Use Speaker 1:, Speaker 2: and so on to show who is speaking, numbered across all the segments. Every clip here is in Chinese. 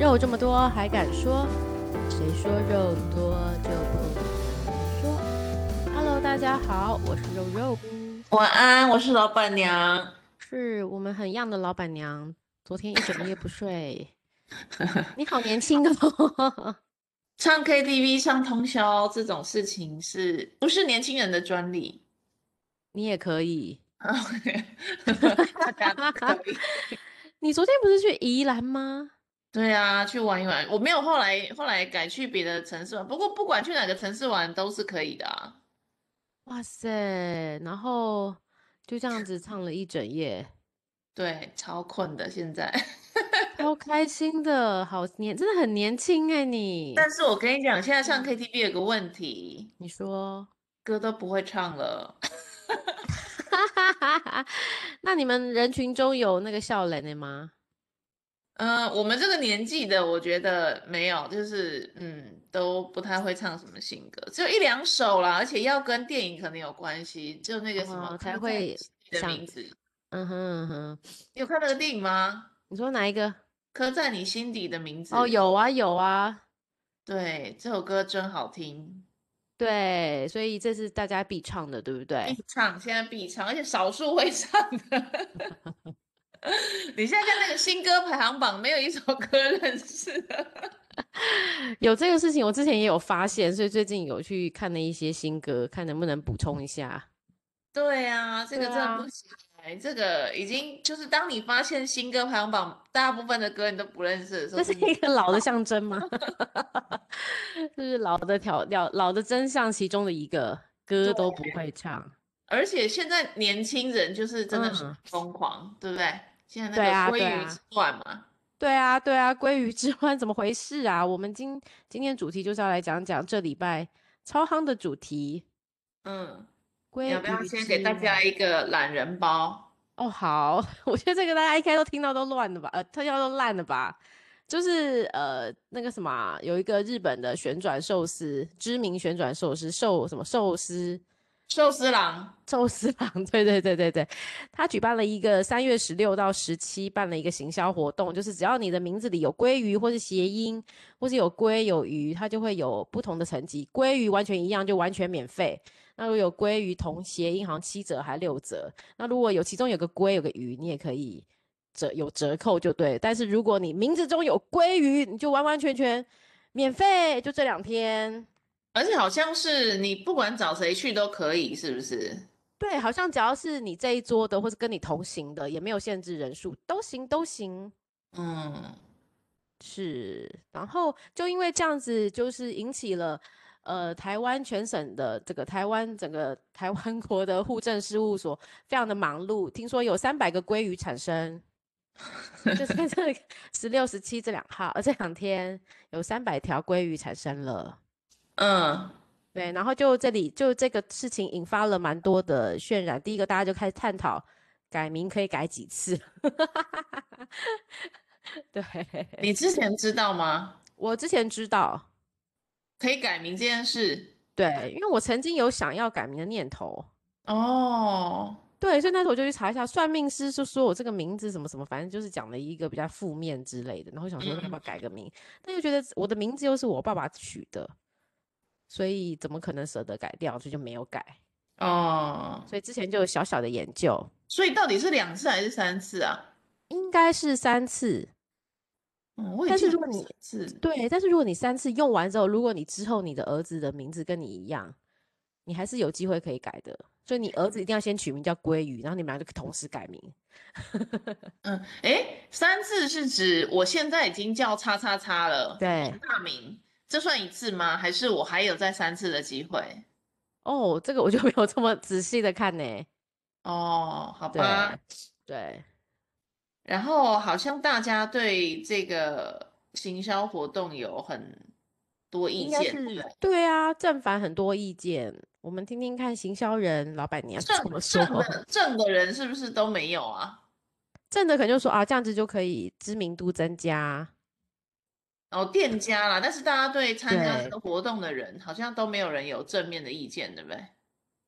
Speaker 1: 肉这么多还敢说？谁说肉多就不能说？Hello，大家好，我是肉肉，
Speaker 2: 晚安，我是老板娘。
Speaker 1: 是我们很样的老板娘，昨天一整夜不睡。你好年轻哦！
Speaker 2: 唱 KTV 唱通宵这种事情是不是年轻人的专利？
Speaker 1: 你也可以，
Speaker 2: 大家都可以。
Speaker 1: 你昨天不是去宜兰吗？
Speaker 2: 对啊，去玩一玩。我没有后来后来改去别的城市玩，不过不管去哪个城市玩都是可以的啊。
Speaker 1: 哇塞，然后就这样子唱了一整夜，
Speaker 2: 对，超困的现在。
Speaker 1: 超开心的，好年，真的很年轻哎、你。
Speaker 2: 但是我跟你讲，现在唱 KTV 有个问题，
Speaker 1: 你说，
Speaker 2: 歌都不会唱了。
Speaker 1: 那你们人群中有那个笑脸的吗？
Speaker 2: 嗯、我们这个年纪的，我觉得没有，就是嗯，都不太会唱什么新歌，只有一两首啦，而且要跟电影可能有关系，就那个什么、
Speaker 1: 哦才会
Speaker 2: 的
Speaker 1: 想
Speaker 2: 名字。
Speaker 1: 嗯哼嗯哼，
Speaker 2: 你有看那个电影吗？
Speaker 1: 你说哪一个？
Speaker 2: 刻在你心底的名字。
Speaker 1: 哦，。有啊有啊，
Speaker 2: 对，这首歌真好听，
Speaker 1: 对，所以这是大家必唱的，对不对
Speaker 2: 必？唱，现在必唱，而且少数会唱 的。 你现在看那个新歌排行榜，没有一首歌认识的。
Speaker 1: 有这个事情，我之前也有发现，所以最近有去看了一些新歌，看能不能补充一下。
Speaker 2: 对啊，这
Speaker 1: 对
Speaker 2: 个真的
Speaker 1: 啊
Speaker 2: 不行欸，这个已经就是当你发现新歌排行榜大部分的歌你都不认识的时候，
Speaker 1: 这是
Speaker 2: 就
Speaker 1: 一个老的象征吗？ 就是老的条老老的真相其中的一个，歌都不会唱。
Speaker 2: 而且现在年轻人就是真的是
Speaker 1: 嗯
Speaker 2: 疯狂，对不对？现在
Speaker 1: 对啊
Speaker 2: 那个
Speaker 1: 对
Speaker 2: 鲑鱼
Speaker 1: 啊
Speaker 2: 之乱嘛，
Speaker 1: 对啊，对啊，鲑鱼之欢 怎么回事啊？我们今今天主题就是要来讲讲这礼拜超夯的主题。
Speaker 2: 嗯，
Speaker 1: 鲑
Speaker 2: 要不要
Speaker 1: 鱼
Speaker 2: 先给
Speaker 1: 之
Speaker 2: 大家一个懒人包？
Speaker 1: 哦，好， 我觉得这个大家应该都听到都乱了吧，呃，听到都烂了吧。就是呃，那个什么啊、有一个日本的旋转寿司，知名旋转寿司寿什么寿司
Speaker 2: 寿司郎，
Speaker 1: 寿司郎， 对对对对对，他举办了一个三月十六到十七办了一个行销活动，就是只要你的名字里有鲑鱼或是谐音，或是有鲑有鱼，它就会有不同的层级。鲑鱼完全一样就完全免费，那如果有鲑鱼同谐音，好像七折还六折。那如果有其中有个鲑有个鱼，你也可以折有折扣就对。但是如果你名字中有鲑鱼，你就完完全全免费，就这两天。
Speaker 2: 而且好像是你不管找谁去都可以，是不是？
Speaker 1: 对，好像只要是你这一桌的，或是跟你同行的，也没有限制人数，都行都行。
Speaker 2: 嗯，
Speaker 1: 是，然后就因为这样子，就是引起了呃台湾全省的这个台湾整个台湾国的户政事务所非常的忙碌，听说有三百个鲑鱼产生，就在这十六、十七这两号呃这两天有三百条鲑鱼产生了。
Speaker 2: 嗯，
Speaker 1: 对，然后就这里就这个事情引发了蛮多的渲染。第一个，大家就开始探讨改名可以改几次。 对，
Speaker 2: 你之前知道吗？
Speaker 1: 我之前知道，
Speaker 2: 可以改名这件事
Speaker 1: 对，因为我曾经有想要改名的念头，
Speaker 2: 哦。
Speaker 1: 对，所以那时候我就去查一下，算命师就说我这个名字什么什么，反正就是讲了一个比较负面之类的，然后想说那要不要改个名，但又觉得我的名字又是我爸爸取的，所以怎么可能舍得改掉，所以就没有改，
Speaker 2: 哦，
Speaker 1: 所以之前就有小小的研究，
Speaker 2: 所以到底是两次还是三次啊？
Speaker 1: 应该是三次，
Speaker 2: 嗯，我也
Speaker 1: 但
Speaker 2: 记
Speaker 1: 是
Speaker 2: 得
Speaker 1: 如果
Speaker 2: 是
Speaker 1: 你
Speaker 2: 三次，
Speaker 1: 对，但是如果你三次用完之后，如果你之后你的儿子的名字跟你一样，你还是有机会可以改的。所以你儿子一定要先取名叫鲑鱼，然后你们俩就同时改名。
Speaker 2: 嗯，诶，三次是指我现在已经叫叉叉叉了，
Speaker 1: 对，
Speaker 2: 大名，这算一次吗？还是我还有再三次的机会？
Speaker 1: 哦，这个我就没有这么仔细的看呢。
Speaker 2: 哦，好
Speaker 1: 对
Speaker 2: 吧。
Speaker 1: 对，
Speaker 2: 然后好像大家对这个行销活动有很多意
Speaker 1: 应该
Speaker 2: 见，对
Speaker 1: 是对啊，正反很多意见，我们听听看行销人老板娘
Speaker 2: 正
Speaker 1: 怎么说。
Speaker 2: 正 的正的人是不是都没有啊？
Speaker 1: 正的可能就说啊，这样子就可以知名度增加。
Speaker 2: 哦，店家啦，但是大家对参加
Speaker 1: 对
Speaker 2: 这个活动的人，好像都没有人有正面的意见，对不对？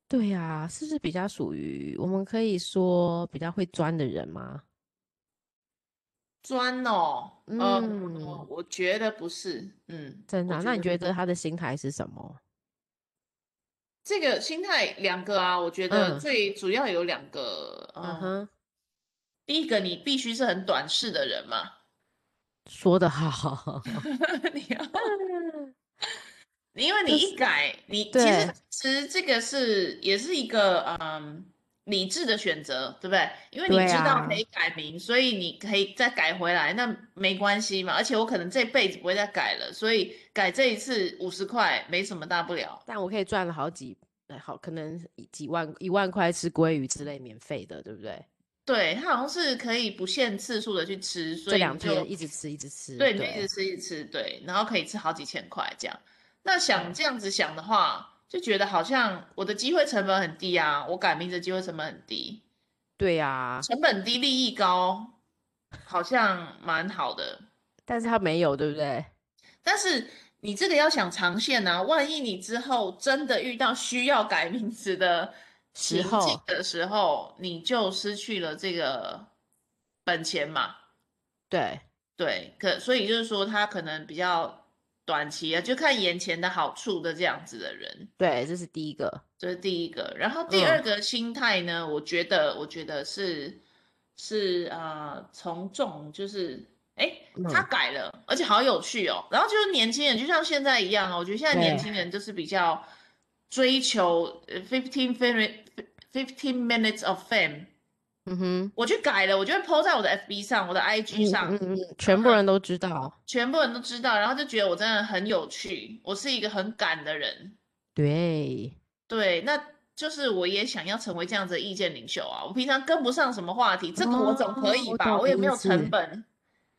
Speaker 1: 对呀、是不是比较属于我们可以说比较会钻的人吗？
Speaker 2: 专哦，呃，我
Speaker 1: 嗯，
Speaker 2: 我觉得不是，嗯，
Speaker 1: 真的
Speaker 2: 我
Speaker 1: 啊、
Speaker 2: 觉
Speaker 1: 那你
Speaker 2: 得
Speaker 1: 觉
Speaker 2: 不
Speaker 1: 得
Speaker 2: 是。
Speaker 1: 他的心态是什么？
Speaker 2: 这个心态两个啊，我觉得
Speaker 1: 嗯
Speaker 2: 最主要有两个，
Speaker 1: 嗯
Speaker 2: 嗯，
Speaker 1: 哼，
Speaker 2: 第一个你必须是很短视的人 嘛，
Speaker 1: 说得 好，
Speaker 2: 你要，因为你
Speaker 1: 就
Speaker 2: 一
Speaker 1: 是
Speaker 2: 改，你其实
Speaker 1: 对，
Speaker 2: 其实这个是也是一个嗯理智的选择，对不对？因为你
Speaker 1: 对
Speaker 2: 知道
Speaker 1: 啊，
Speaker 2: 可以改名，所以你可以再改回来，那没关系嘛。而且我可能这辈子不会再改了，所以改这一次五十块没什么大不 了。
Speaker 1: 但我可以赚了好几，呃好，可能一几万、一万块吃鲑鱼之类免费的，对不对？
Speaker 2: 对，它好像是可以不限次数的去吃，
Speaker 1: 这
Speaker 2: 所以你
Speaker 1: 两天
Speaker 2: 就
Speaker 1: 一直吃，一直吃，
Speaker 2: 对，你就一
Speaker 1: 对，
Speaker 2: 直吃一直吃，对，然后可以吃好几千块这样。那想
Speaker 1: 对，
Speaker 2: 这样子想的话，就觉得好像我的机会成本很低啊，我改名字机会成本很低，
Speaker 1: 对啊呀、
Speaker 2: 成本低，利益高，好像蛮好的。
Speaker 1: 但是他没有，对不对？
Speaker 2: 但是你这个要想长线啊，万一你之后真的遇到需要改名字的
Speaker 1: 时
Speaker 2: 情境
Speaker 1: 候，
Speaker 2: 的时候，你就失去了这个本钱嘛。
Speaker 1: 对，
Speaker 2: 对，可所以就是说，他可能比较短期啊，就看眼前的好处的这样子的人，
Speaker 1: 对，这是第一个，
Speaker 2: 这是第一个。然后第二
Speaker 1: 嗯，
Speaker 2: 个心态呢，我觉得，我觉得是是啊、从众，就是诶，他
Speaker 1: 嗯，
Speaker 2: 改了，而且好有趣哦。然后就是年轻人，就像现在一样哦，我觉得现在年
Speaker 1: 对，
Speaker 2: 轻人就是比较追求呃 fifteen minute fifteen minutes of fame。
Speaker 1: 嗯哼，
Speaker 2: 我去改了，我就会 po 在我的 FB 上，我的
Speaker 1: 嗯
Speaker 2: IG
Speaker 1: 嗯
Speaker 2: 上，
Speaker 1: 嗯，嗯
Speaker 2: 然
Speaker 1: 全部
Speaker 2: 后。
Speaker 1: 人都知道，
Speaker 2: 全部人都知道，然后就觉得我真的很有趣，我是一个很敢的人。
Speaker 1: 对，
Speaker 2: 对，那就是我也想要成为这样子的意见领袖啊。我平常跟不上什么话题，这个我总可
Speaker 1: 哦，
Speaker 2: 以
Speaker 1: 我
Speaker 2: 吧？
Speaker 1: 懂
Speaker 2: 我也没
Speaker 1: 意
Speaker 2: 有成
Speaker 1: 思，
Speaker 2: 本。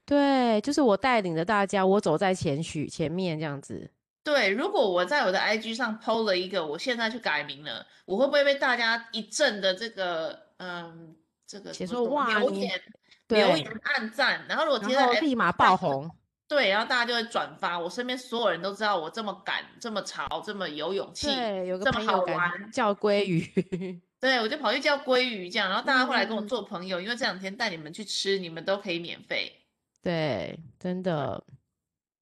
Speaker 1: 对，就是我带领着大家，我走在前许前面这样子，
Speaker 2: 对，如果我在我的 IG 上 PO 了一个，我现在去改名了，我会不会被大家一阵的这个嗯这个
Speaker 1: 且
Speaker 2: 什么
Speaker 1: 说
Speaker 2: 什么
Speaker 1: 哇
Speaker 2: 留
Speaker 1: 你，
Speaker 2: 言留
Speaker 1: 对，
Speaker 2: 言暗赞？然后如果
Speaker 1: 然
Speaker 2: 贴在
Speaker 1: 后
Speaker 2: FB
Speaker 1: 立马
Speaker 2: 上
Speaker 1: 爆
Speaker 2: 就会，
Speaker 1: 红，
Speaker 2: 对，然后大家就会转发。我身边所有人都知道我这么敢、这么潮、这么有勇气、
Speaker 1: 对，有个
Speaker 2: 这么
Speaker 1: 朋
Speaker 2: 好
Speaker 1: 友敢
Speaker 2: 玩。嗯
Speaker 1: 叫鲑鱼，
Speaker 2: 对，我就跑去叫鲑鱼这样，然后大家会来跟我
Speaker 1: 嗯，
Speaker 2: 做朋友，因为这两天带你们去吃，你们都可以免费。
Speaker 1: 对，真的。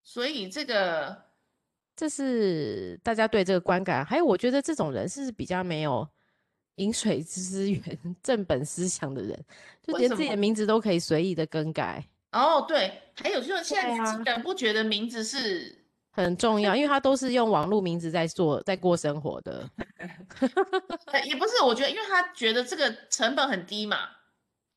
Speaker 2: 所以这个
Speaker 1: 这是大家对这个观感，还有我觉得这种人是比较没有饮水思源、 正本思想的人，就
Speaker 2: 为
Speaker 1: 连
Speaker 2: 什
Speaker 1: 自己的
Speaker 2: 么？
Speaker 1: 名字都可以随意的更改。
Speaker 2: 哦，对，还有就是现在
Speaker 1: 对
Speaker 2: 年轻
Speaker 1: 啊，
Speaker 2: 人不觉得名字是，
Speaker 1: 很重要，因为他都是用网络名字在做、在过生活的。
Speaker 2: 呃，也不是，我觉得，因为他觉得这个成本很低嘛，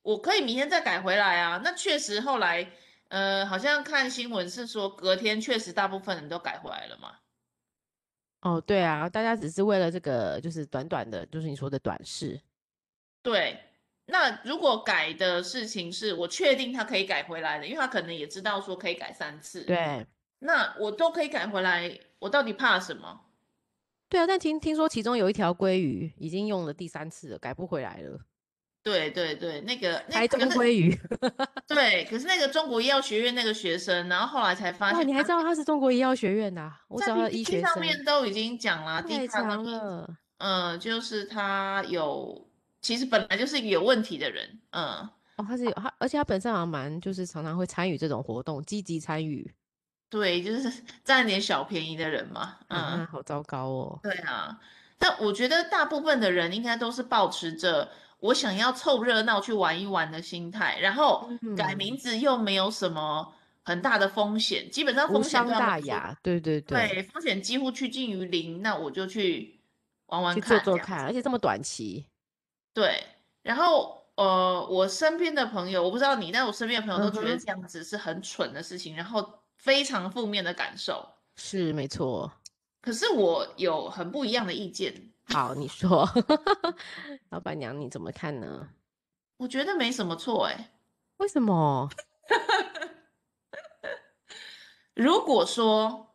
Speaker 2: 我可以明天再改回来啊。那确实后来，呃，好像看新闻是说隔天确实大部分人都改回来了嘛。
Speaker 1: 哦，对啊，大家只是为了这个，就是短短的，就是你说的短视。
Speaker 2: 对，那如果改的事情是我确定他可以改回来的，因为他可能也知道说可以改三次。
Speaker 1: 对，
Speaker 2: 那我都可以改回来，我到底怕什么？
Speaker 1: 对啊，但听听说其中有一条鲑鱼已经用了第三次了，改不回来了，
Speaker 2: 对对对，那个那
Speaker 1: 台
Speaker 2: 可
Speaker 1: 中
Speaker 2: 是
Speaker 1: 鲑鱼。
Speaker 2: 对，可是那个中国医药学院那个学生，然后后来才发
Speaker 1: 哇，
Speaker 2: 现
Speaker 1: 你还
Speaker 2: 他
Speaker 1: 知道他是中国医药学院的啊我
Speaker 2: 在
Speaker 1: 找到医
Speaker 2: PPT
Speaker 1: 学
Speaker 2: 上
Speaker 1: 生，
Speaker 2: 面都已经讲了，迪
Speaker 1: 太
Speaker 2: 卡那
Speaker 1: 强
Speaker 2: 边，
Speaker 1: 了。
Speaker 2: 嗯、就是他有，其实本来就是一个有问题的人，嗯，
Speaker 1: 哦，他是有他，而且他本身好像蛮就是常常会参与这种活动，积极参与。
Speaker 2: 对，就是占点小便宜的人嘛，嗯。
Speaker 1: 啊，好糟糕哦。
Speaker 2: 对啊，但我觉得大部分的人应该都是保持着我想要凑热闹去玩一玩的心态，然后改名
Speaker 1: 嗯，
Speaker 2: 字又没有什么很大的风险，基本上
Speaker 1: 无
Speaker 2: 风险
Speaker 1: 伤
Speaker 2: 对他们
Speaker 1: 大
Speaker 2: 来说，
Speaker 1: 雅，对对对，
Speaker 2: 对，风险几乎趋近于零，那我就去玩玩
Speaker 1: 去做
Speaker 2: 看
Speaker 1: 做
Speaker 2: 这样
Speaker 1: 看，
Speaker 2: 子。
Speaker 1: 而且这么短期。
Speaker 2: 对，然后呃，我身边的朋友，我不知道你，但我身边的朋
Speaker 1: 嗯
Speaker 2: 友都觉得
Speaker 1: 哼，
Speaker 2: 这样子是很蠢的事情，然后非常负面的感受。
Speaker 1: 是没错。
Speaker 2: 可是我有很不一样的意见。
Speaker 1: 好，你说， 老板娘你怎么看呢？
Speaker 2: 我觉得没什么错哎。
Speaker 1: 为什么？
Speaker 2: 如果说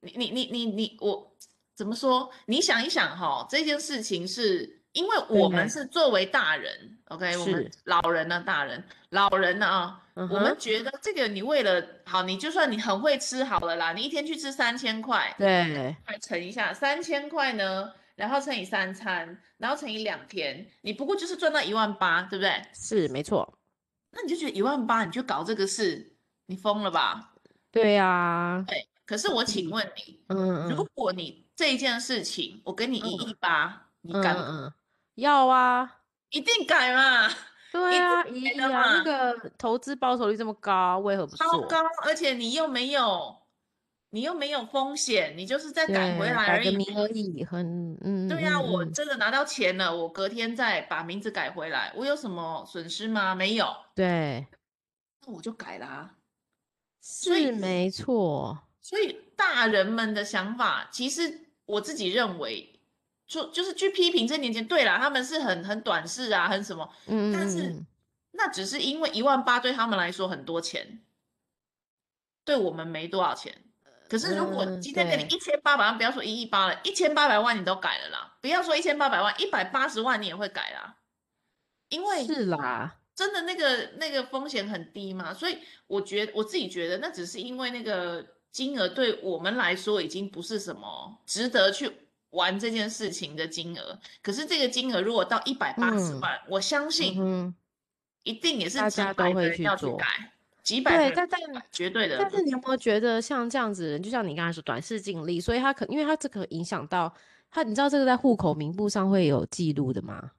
Speaker 2: 你你你你你我怎么说？你想一想哈、这件事情是因为我们
Speaker 1: 对，
Speaker 2: 是作为大人，OK，我们
Speaker 1: 是，
Speaker 2: 老人呢、大人，老人呢啊、
Speaker 1: 嗯
Speaker 2: 我们
Speaker 1: 哼，
Speaker 2: 觉得这个你为了好，你就算你很会吃好了啦，你一天去吃三千块，
Speaker 1: 对，
Speaker 2: 来乘一下三千块呢，然后乘以三餐，然后乘以两天，你不过就是赚到一万八，对不对？
Speaker 1: 是没错。
Speaker 2: 那你就觉得一万八，你去搞这个事，你疯了吧？
Speaker 1: 对啊，
Speaker 2: 可是我请问你，
Speaker 1: 嗯
Speaker 2: 哎如
Speaker 1: 嗯
Speaker 2: 果你这一件事情，我给你
Speaker 1: 嗯
Speaker 2: 一亿八，你
Speaker 1: 嗯
Speaker 2: 敢？
Speaker 1: 嗯，要啊，
Speaker 2: 一定改嘛，
Speaker 1: 对
Speaker 2: 一直
Speaker 1: 啊，
Speaker 2: 改
Speaker 1: 一亿
Speaker 2: 的
Speaker 1: 啊，那
Speaker 2: 嘛
Speaker 1: 个投资报酬率这么高，为何不
Speaker 2: 超
Speaker 1: 做？
Speaker 2: 高，而且你又没有，你又没有风险，你就是再
Speaker 1: 对，
Speaker 2: 改回来而
Speaker 1: 改个
Speaker 2: 已。
Speaker 1: 名而已，很嗯，
Speaker 2: 对呀、
Speaker 1: 嗯
Speaker 2: 我
Speaker 1: 嗯
Speaker 2: 真的拿到钱了，我隔天再把名字改回来，我有什么损失吗？没有，
Speaker 1: 对，
Speaker 2: 那我就改啦、以
Speaker 1: 是没错，
Speaker 2: 所以大人们的想法，其实我自己认为，就就是去批评这年轻人，对啦，他们是很很短视啊，很什么，
Speaker 1: 嗯，
Speaker 2: 但
Speaker 1: 嗯
Speaker 2: 是
Speaker 1: 嗯
Speaker 2: 那只是因为一万八对他们来说很多钱，对我们没多少钱。可是如果
Speaker 1: 嗯
Speaker 2: 今天给你
Speaker 1: 对
Speaker 2: 一千八百万，不要说一亿八了，一千八百万你都改了啦，不要说一千八百万，一百八十万你也会改啦，因为
Speaker 1: 是啦，
Speaker 2: 真的那个那个风险很低嘛，所以我觉我自己觉得那只是因为那个金额对我们来说已经不是什么值得去玩这件事情的金额，可是这个金额如果到一百八十
Speaker 1: 嗯
Speaker 2: 万，我相
Speaker 1: 嗯
Speaker 2: 信
Speaker 1: 哼，
Speaker 2: 一定也是
Speaker 1: 大
Speaker 2: 几
Speaker 1: 家
Speaker 2: 百
Speaker 1: 都
Speaker 2: 个
Speaker 1: 会
Speaker 2: 人
Speaker 1: 去
Speaker 2: 要去
Speaker 1: 做
Speaker 2: 改，几百个
Speaker 1: 对，
Speaker 2: 人
Speaker 1: 但但
Speaker 2: 改绝对的
Speaker 1: 但是你有没有觉得像这样子的人，就像你刚才说短视近利，所以他可因为他这个影响到他，你知道这个在户口名簿上会有记录的吗？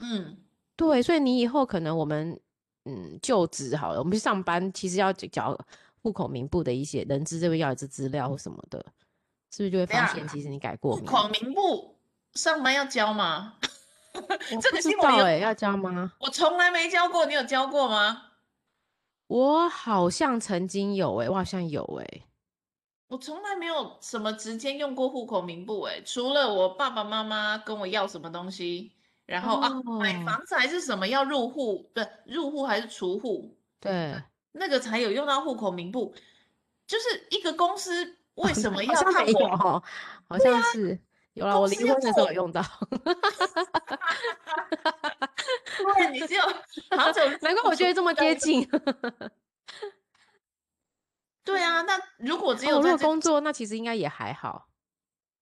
Speaker 2: 嗯，
Speaker 1: 对，所以你以后可能我们嗯就职好了，我们去上班，其实要缴缴户口名簿的一些人资这边要一些资料或什么的，是不是就会
Speaker 2: 等
Speaker 1: 发
Speaker 2: 下
Speaker 1: 现其实你改过
Speaker 2: 嗯啊户
Speaker 1: 名？
Speaker 2: 口名簿上班要交吗？
Speaker 1: 我
Speaker 2: 这
Speaker 1: 不知
Speaker 2: 个新闻
Speaker 1: 道
Speaker 2: 有
Speaker 1: 哎、要交吗？
Speaker 2: 我从来没交过，你有交过吗？
Speaker 1: 我好像曾经有哎、我好像有哎、
Speaker 2: 我从来没有什么直接用过户口名簿，哎，除了我爸爸妈妈跟我要什么东西，然后、啊，买
Speaker 1: 哦
Speaker 2: 房子还是什么要入户，不是入户还是除户，
Speaker 1: 对，
Speaker 2: 那个才有用到户口名簿。就是一个公司为什么
Speaker 1: 好
Speaker 2: 要
Speaker 1: 像
Speaker 2: 看
Speaker 1: 没有
Speaker 2: 我？啊
Speaker 1: 哦，好像是、有了。
Speaker 2: 公
Speaker 1: 我
Speaker 2: 司
Speaker 1: 离
Speaker 2: 要
Speaker 1: 婚的时候
Speaker 2: 做
Speaker 1: 有用到，
Speaker 2: 对，你只有 好久
Speaker 1: 难怪我觉得 这么接近。
Speaker 2: 对啊，那如果只
Speaker 1: 哦
Speaker 2: 有
Speaker 1: 如
Speaker 2: 在
Speaker 1: 果
Speaker 2: 这
Speaker 1: 工作，那其实应该也还好。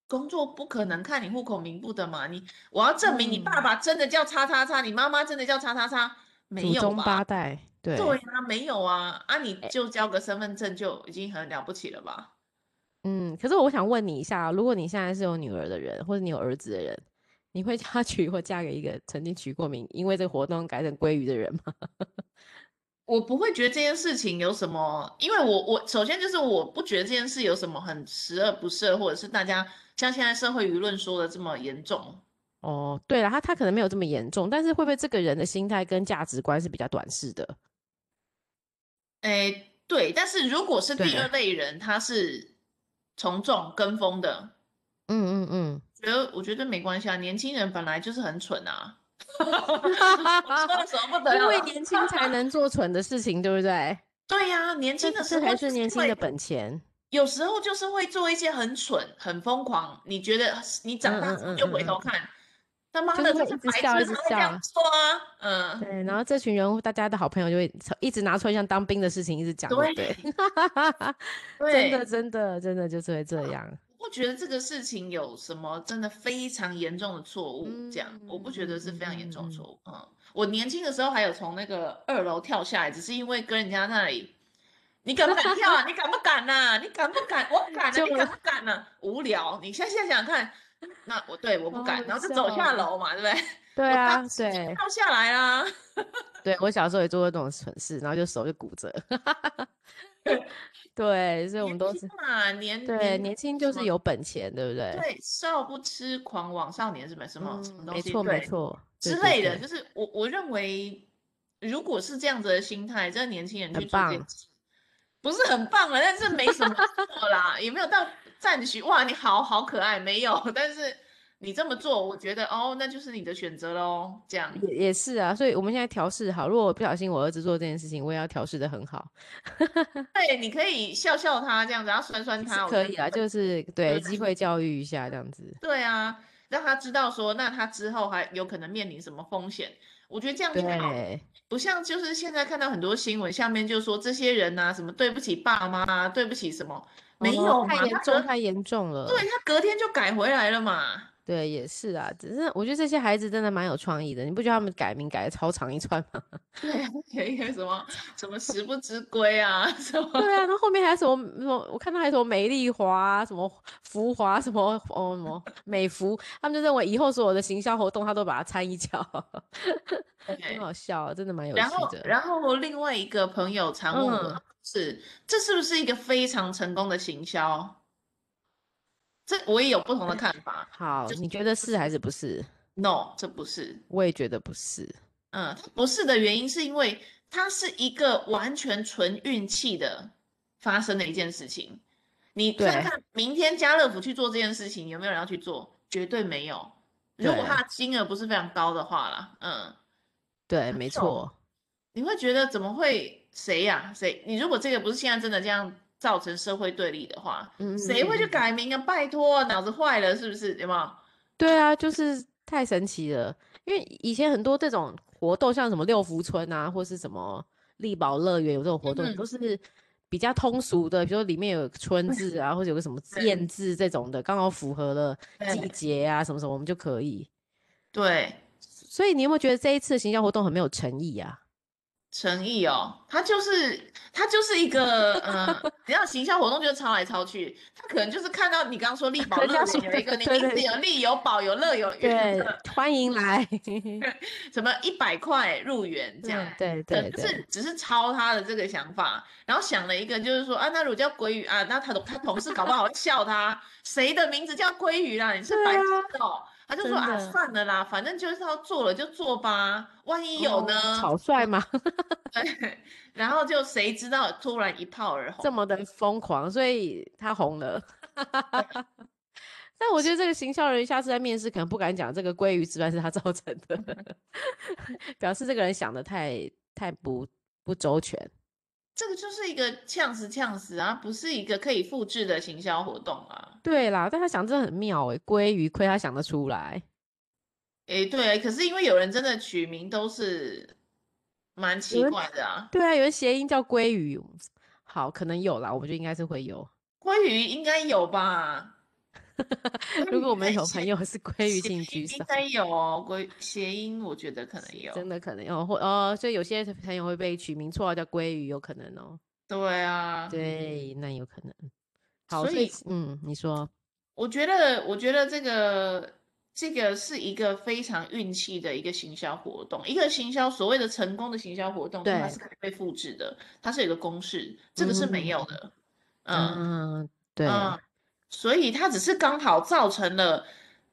Speaker 2: 工作不可能看你户口名簿的嘛，你我要证明你爸
Speaker 1: 嗯
Speaker 2: 爸真的叫叉叉叉，你妈妈真的叫叉叉叉，没
Speaker 1: 祖
Speaker 2: 有
Speaker 1: 宗
Speaker 2: 吧
Speaker 1: 八？代，对，哎
Speaker 2: 对啊，没有啊，啊你就交个身份证就已经很了不起了吧？
Speaker 1: 嗯。可是我想问你一下，如果你现在是有女儿的人，或者你有儿子的人，你会叫他娶或嫁给一个曾经取过名，因为这个活动改成鲑鱼的人吗？
Speaker 2: 我不会觉得这件事情有什么，因为我我首先就是我不觉得这件事有什么很十恶不赦，或者是大家像现在社会舆论说的这么严重。
Speaker 1: 哦，对了，他他可能没有这么严重，但是会不会这个人的心态跟价值观是比较短视的？
Speaker 2: 哎，对，但是如果是第
Speaker 1: 对
Speaker 2: 二类人，他是从众跟风的，
Speaker 1: 嗯嗯 嗯。
Speaker 2: 觉得我觉得没关系啊，年轻人本来就是很蠢啊。我说的时候不得
Speaker 1: 啊因
Speaker 2: 了
Speaker 1: 为
Speaker 2: 了，
Speaker 1: 年轻才能做蠢的事情，对不对？
Speaker 2: 对呀、年轻
Speaker 1: 这
Speaker 2: 的时
Speaker 1: 这
Speaker 2: 候
Speaker 1: 才
Speaker 2: 就是
Speaker 1: 年轻
Speaker 2: 会
Speaker 1: 的本钱。
Speaker 2: 有时候就是会做一些很蠢、很疯狂，你觉得你长
Speaker 1: 嗯
Speaker 2: 大
Speaker 1: 嗯
Speaker 2: 之后
Speaker 1: 嗯
Speaker 2: 就
Speaker 1: 嗯
Speaker 2: 回头
Speaker 1: 嗯
Speaker 2: 看，他妈
Speaker 1: 就
Speaker 2: 的
Speaker 1: 是
Speaker 2: 这
Speaker 1: 会
Speaker 2: 些
Speaker 1: 一直
Speaker 2: 白
Speaker 1: 笑
Speaker 2: 痴才
Speaker 1: 一直
Speaker 2: 会这样
Speaker 1: 笑
Speaker 2: 做啊，嗯，
Speaker 1: 对，然后这群人，大家的好朋友就会一直拿出来像当兵的事情一直讲，对不对？ 真的，
Speaker 2: 对，
Speaker 1: 真的，真的就是会这样。
Speaker 2: 我不觉得这个事情有什么真的非常严重的错误，这样我不觉得是非常严
Speaker 1: 嗯嗯
Speaker 2: 重的
Speaker 1: 嗯嗯
Speaker 2: 错误，嗯，我年轻的时候还有从那个二楼跳下来，只是因为跟人家那里。你敢不敢跳啊？你 敢不敢呐、你敢不敢？我敢啊！
Speaker 1: 就
Speaker 2: 你敢不敢呐、无聊，你现在想想看，那我对我不
Speaker 1: 好
Speaker 2: 敢
Speaker 1: 好，
Speaker 2: 然后就走下
Speaker 1: 笑
Speaker 2: 楼嘛，对不对？
Speaker 1: 哦 对
Speaker 2: 我
Speaker 1: 啊
Speaker 2: 当，时就
Speaker 1: 对，
Speaker 2: 跳下来啊啦。
Speaker 1: 对我小时候也做过这种蠢事，然后就手就骨折。 对，所以我们
Speaker 2: 年
Speaker 1: 都
Speaker 2: 轻
Speaker 1: 是
Speaker 2: 嘛，年
Speaker 1: 对年轻就
Speaker 2: 什
Speaker 1: 是
Speaker 2: 么
Speaker 1: 有本钱，对不对？
Speaker 2: 对少不吃狂妄少年是没什么什么
Speaker 1: 嗯，
Speaker 2: 东
Speaker 1: 没
Speaker 2: 西，
Speaker 1: 错，没
Speaker 2: 对
Speaker 1: 错，对
Speaker 2: 之
Speaker 1: 对
Speaker 2: 类的，
Speaker 1: 对
Speaker 2: 就是我我认为，如果是这样子的心态，这年轻人去
Speaker 1: 很
Speaker 2: 做这件
Speaker 1: 棒
Speaker 2: 事，不是很棒啊了，但是没什么错啦，也没有到赞许哇，你好好可爱，没有， 但是你这么做，我觉得哦，那就是你的选择喽，这样。
Speaker 1: 也也是啊，所以我们现在调试好。如果不小心我儿子做这件事情，我也要调试的很好，
Speaker 2: 对，你可以笑笑他这样子，然后酸酸
Speaker 1: 是
Speaker 2: 他，我觉
Speaker 1: 可
Speaker 2: 得
Speaker 1: 以啊，就是对机会教育一下这样子。
Speaker 2: 对啊，让他知道说，那他之后还有可能面临什么风险。我觉得这样就好，
Speaker 1: 对，
Speaker 2: 不像就是现在看到很多新闻，下面就说这些人呐、啊，什么对不起爸妈啊，对不起什么，没
Speaker 1: 哦
Speaker 2: 有
Speaker 1: 太
Speaker 2: 嘛，
Speaker 1: 严
Speaker 2: 他
Speaker 1: 重，
Speaker 2: 隔
Speaker 1: 太严重了。
Speaker 2: 对他隔天就改回来了嘛，
Speaker 1: 对，也是啊，只是我觉得这些孩子真的蛮有创意的，你不觉得他们改名改的超长一串吗？
Speaker 2: 对啊，有一个什么什么食不知归啊，什么
Speaker 1: 对啊，然后后面还有什么什么，我看到还有什么美丽华、啊什么福华、什么哦什么美福，他们就认为以后所有的行销活动他都把它掺一脚，很
Speaker 2: 对
Speaker 1: 好笑，啊真的蛮有
Speaker 2: 然
Speaker 1: 趣
Speaker 2: 后，
Speaker 1: 的。
Speaker 2: 然后另外一个朋友常问我，
Speaker 1: 嗯
Speaker 2: 他是这是不是一个非常成功的行销？这我也有不同的看法。
Speaker 1: 好，
Speaker 2: 就是
Speaker 1: 你觉得是还是不是？
Speaker 2: No，这不是。
Speaker 1: 我也觉得不是。
Speaker 2: 嗯，它不是的原因是因为它是一个完全纯运气的发生的一件事情。你看
Speaker 1: 对
Speaker 2: 看明天家乐福去做这件事情，有没有人要去做？绝对没有。如果
Speaker 1: 对
Speaker 2: 它的金额不是非常高的话啦，嗯。
Speaker 1: 对，没
Speaker 2: 种
Speaker 1: 错，
Speaker 2: 你会觉得怎么会谁呀、谁？你如果这个不是现在真的这样造成社会对立的话，
Speaker 1: 嗯，
Speaker 2: 谁会去
Speaker 1: 嗯嗯
Speaker 2: 改名啊？拜托，脑子坏了是不是？有没有？
Speaker 1: 对啊，就是太神奇了，因为以前很多这种活动，像什么六福村啊，或是什么力宝乐园有这种活动，
Speaker 2: 嗯
Speaker 1: 都是比较通俗的，比如说里面有个春字啊，或者有个什么
Speaker 2: 对
Speaker 1: 燕字这种的，刚好符合了季
Speaker 2: 对
Speaker 1: 节啊，什么什么，我们就可以。
Speaker 2: 对，
Speaker 1: 所以你有没有觉得这一次的行销活动很没有诚意啊？
Speaker 2: 诚意哦，它就是它就是一个 呃，只要行销活动就是抄来抄去，他可能就是看到你刚刚说力宝
Speaker 1: 人
Speaker 2: 乐
Speaker 1: 家
Speaker 2: 园
Speaker 1: 说
Speaker 2: 有
Speaker 1: 的
Speaker 2: 一个，你
Speaker 1: 对
Speaker 2: 名字
Speaker 1: 对
Speaker 2: 有力有宝有乐有
Speaker 1: 对
Speaker 2: 园的，，
Speaker 1: 欢迎来。
Speaker 2: 什么一百块入园这样。
Speaker 1: 嗯， 对
Speaker 2: 可
Speaker 1: 对
Speaker 2: 能就
Speaker 1: 对
Speaker 2: 是只是抄他的这个想法，然后想了一个，就是说啊，那如果叫鲑鱼啊，那他同他同事搞不好会笑他，谁的名字叫鲑鱼啦？你是
Speaker 1: 对
Speaker 2: 白
Speaker 1: 啊
Speaker 2: 痴哦、他就说
Speaker 1: 真
Speaker 2: 啊，
Speaker 1: 的
Speaker 2: 算了啦，反正就是要做了就做吧，万一有
Speaker 1: 哦
Speaker 2: 呢？
Speaker 1: 草率吗？
Speaker 2: 对，然后就谁知道突然一炮而
Speaker 1: 这
Speaker 2: 红，
Speaker 1: 么的疯狂，所以他红了。 但我觉得这个行销人下次在面试可能不敢讲这个鲑鱼之乱是他造成的， 表示这个人想的太太不不周全。
Speaker 2: 这个就是一个呛死呛死啊，不是一个可以复制的行销活动啊。
Speaker 1: 对啦，但他想真的很妙诶、鲑鱼亏他想得出来。
Speaker 2: 诶，对，可是因为有人真的取名都是蛮奇
Speaker 1: 人
Speaker 2: 怪的啊。
Speaker 1: 对啊，有人谐音叫鲑鱼，好，可能有啦，我们就应该是会有。
Speaker 2: 鲑鱼应该有吧？
Speaker 1: 如果我们有
Speaker 2: 嗯谐
Speaker 1: 朋友是鲑鱼，
Speaker 2: 谐
Speaker 1: 请
Speaker 2: 音
Speaker 1: 举手
Speaker 2: 应。该有哦，鲑谐音我觉得可能有。
Speaker 1: 真的可能有，或哦，所以有些朋友会被取名绰号叫鲑鱼，有可能哦。
Speaker 2: 对啊，
Speaker 1: 对，那有可能。好，
Speaker 2: 所
Speaker 1: 所以
Speaker 2: 以
Speaker 1: 其嗯，你说
Speaker 2: 我觉得，我觉得这个这个是一个非常运气的一个行销活动，一个行销所谓的成功的行销活动，它
Speaker 1: 对
Speaker 2: 是可以被复制的，它是有一个公式，这个是没有
Speaker 1: 嗯
Speaker 2: 的。嗯
Speaker 1: 啊，对，
Speaker 2: 嗯，所以它只是刚好造成了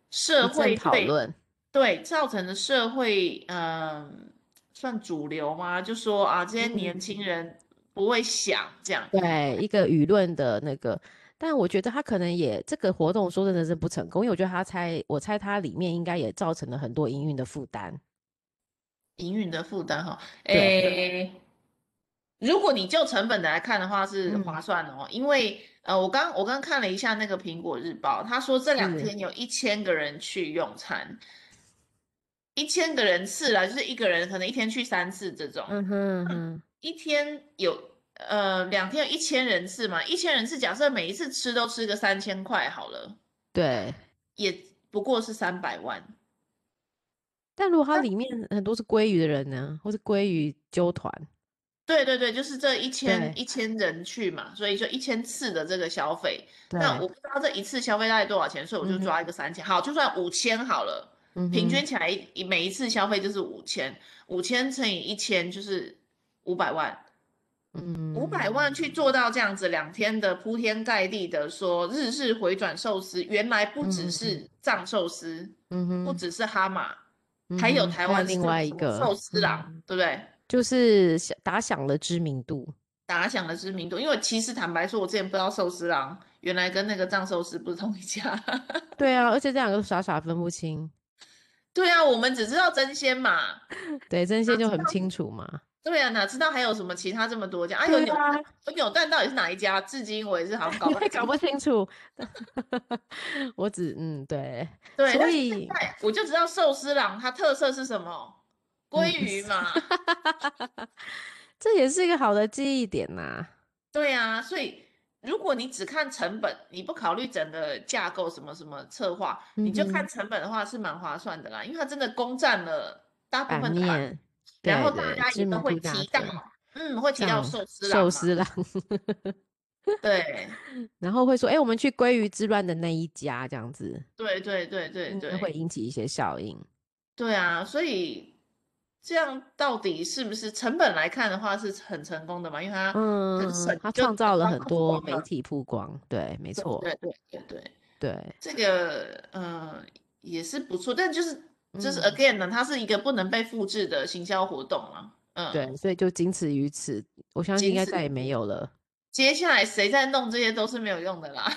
Speaker 2: 社
Speaker 1: 一阵
Speaker 2: 会
Speaker 1: 讨
Speaker 2: 对
Speaker 1: 论，
Speaker 2: 对，造成了社会，嗯，算主流吗？就说啊，这些
Speaker 1: 嗯
Speaker 2: 年轻人不会想这样，
Speaker 1: 对一个舆论的那个，但我觉得他可能也这个活动说真的是不成功，因为我觉得他猜，我猜他里面应该也造成了很多营运的负担。
Speaker 2: 营运的负担哈。
Speaker 1: 对
Speaker 2: 诶，如果你就成本的来看的话，是
Speaker 1: 嗯
Speaker 2: 划算的哦，因为呃，我刚我刚看了一下那个苹果日报，他说这两
Speaker 1: 是
Speaker 2: 天有一千个人去用餐，一千个人次啦，就是一个人可能一天去三次这种。
Speaker 1: 嗯哼嗯哼，
Speaker 2: 一天有呃两天有一千人次嘛，一千人次假设每一次吃都吃个三千块好了，
Speaker 1: 对。
Speaker 2: 也不过是三百万。
Speaker 1: 但如果它
Speaker 2: 但
Speaker 1: 里面很多是鲑鱼的人呢，或是鲑鱼纠团，
Speaker 2: 对对对，就是这一千
Speaker 1: 对
Speaker 2: 一千人去嘛，所以就一千次的这个消费。
Speaker 1: 对，
Speaker 2: 那我不知道这一次消费大概多少钱，所以我就
Speaker 1: 嗯哼
Speaker 2: 抓一个三千、好，就算五千好了，
Speaker 1: 嗯
Speaker 2: 平
Speaker 1: 哼
Speaker 2: 均起来一一每一次消费就是五千，五千乘以一千就是五百万。
Speaker 1: 嗯
Speaker 2: 五百万去做到这样子两天的铺天盖地的说日式回转寿司，原来不
Speaker 1: 嗯嗯
Speaker 2: 只
Speaker 1: 嗯
Speaker 2: 是藏寿司，
Speaker 1: 嗯
Speaker 2: 不
Speaker 1: 哼，
Speaker 2: 只是哈马，
Speaker 1: 嗯
Speaker 2: 还有
Speaker 1: 哼
Speaker 2: 台湾
Speaker 1: 另
Speaker 2: 是叫
Speaker 1: 外一
Speaker 2: 什么
Speaker 1: 个
Speaker 2: 寿司郎，
Speaker 1: 嗯
Speaker 2: 对不对？
Speaker 1: 就是响打响了知名度。
Speaker 2: 打响了知名度，因为其实坦白说，我之前不知道寿司郎原来跟那个藏寿司不是同一家。
Speaker 1: 对啊，而且这两个都傻傻分不清，
Speaker 2: 对啊，我们只知道真鲜嘛，
Speaker 1: 对，真
Speaker 2: 哪
Speaker 1: 仙就
Speaker 2: 知
Speaker 1: 很
Speaker 2: 道
Speaker 1: 清楚嘛。
Speaker 2: 对啊，哪知道还有什么其他这么多家？啊，有
Speaker 1: 对
Speaker 2: 扭
Speaker 1: 啊，
Speaker 2: 有扭蛋到底是哪一家？至今我也是好像搞
Speaker 1: 你
Speaker 2: 不太
Speaker 1: 会
Speaker 2: 清
Speaker 1: 搞不清楚。 我只嗯对，
Speaker 2: 对，
Speaker 1: 所
Speaker 2: 但是
Speaker 1: 以
Speaker 2: 现在我就知道寿司郎它特色是什么，鲑
Speaker 1: 嗯
Speaker 2: 鱼嘛。
Speaker 1: 这也是一个好的记忆点呐、
Speaker 2: 对啊，所以如果你只看成本，你不考虑整个架构什么什么策划，你就
Speaker 1: 嗯
Speaker 2: 看成本的话是蛮划算的啦，因为它真的攻占了大部
Speaker 1: 版
Speaker 2: 分的案，
Speaker 1: 面，
Speaker 2: 然后
Speaker 1: 对
Speaker 2: 大
Speaker 1: 对
Speaker 2: 家
Speaker 1: 知
Speaker 2: 也都
Speaker 1: 名
Speaker 2: 会
Speaker 1: 度大
Speaker 2: 提到
Speaker 1: 增，
Speaker 2: 嗯，会提到
Speaker 1: 像
Speaker 2: 寿司啦嘛，
Speaker 1: 寿司郎，
Speaker 2: 对
Speaker 1: 然后会说，哎，我们去鲑鱼之乱的那一家这样子，
Speaker 2: 对对对对
Speaker 1: 应该
Speaker 2: 对
Speaker 1: 嗯会引起一些效应。
Speaker 2: 对啊，所以这样到底是不是成本来看的话是很成功的嘛？因为它很
Speaker 1: 嗯
Speaker 2: 啊省，
Speaker 1: 他
Speaker 2: 就
Speaker 1: 创造了
Speaker 2: 它
Speaker 1: 很
Speaker 2: 曝
Speaker 1: 多
Speaker 2: 光
Speaker 1: 媒
Speaker 2: 了
Speaker 1: 体曝光，对，没错，
Speaker 2: 对对对对，
Speaker 1: 对，
Speaker 2: 这个呃也是不错，但就是就是
Speaker 1: 嗯
Speaker 2: again 呢，它是一个不能被复制的行销活动嘛。嗯，
Speaker 1: 对，，所以就仅此于此，我相信应
Speaker 2: 仅
Speaker 1: 该
Speaker 2: 此
Speaker 1: 再
Speaker 2: 于
Speaker 1: 也没
Speaker 2: 此
Speaker 1: 有了，
Speaker 2: 接下来谁在弄这些都是没有用的啦。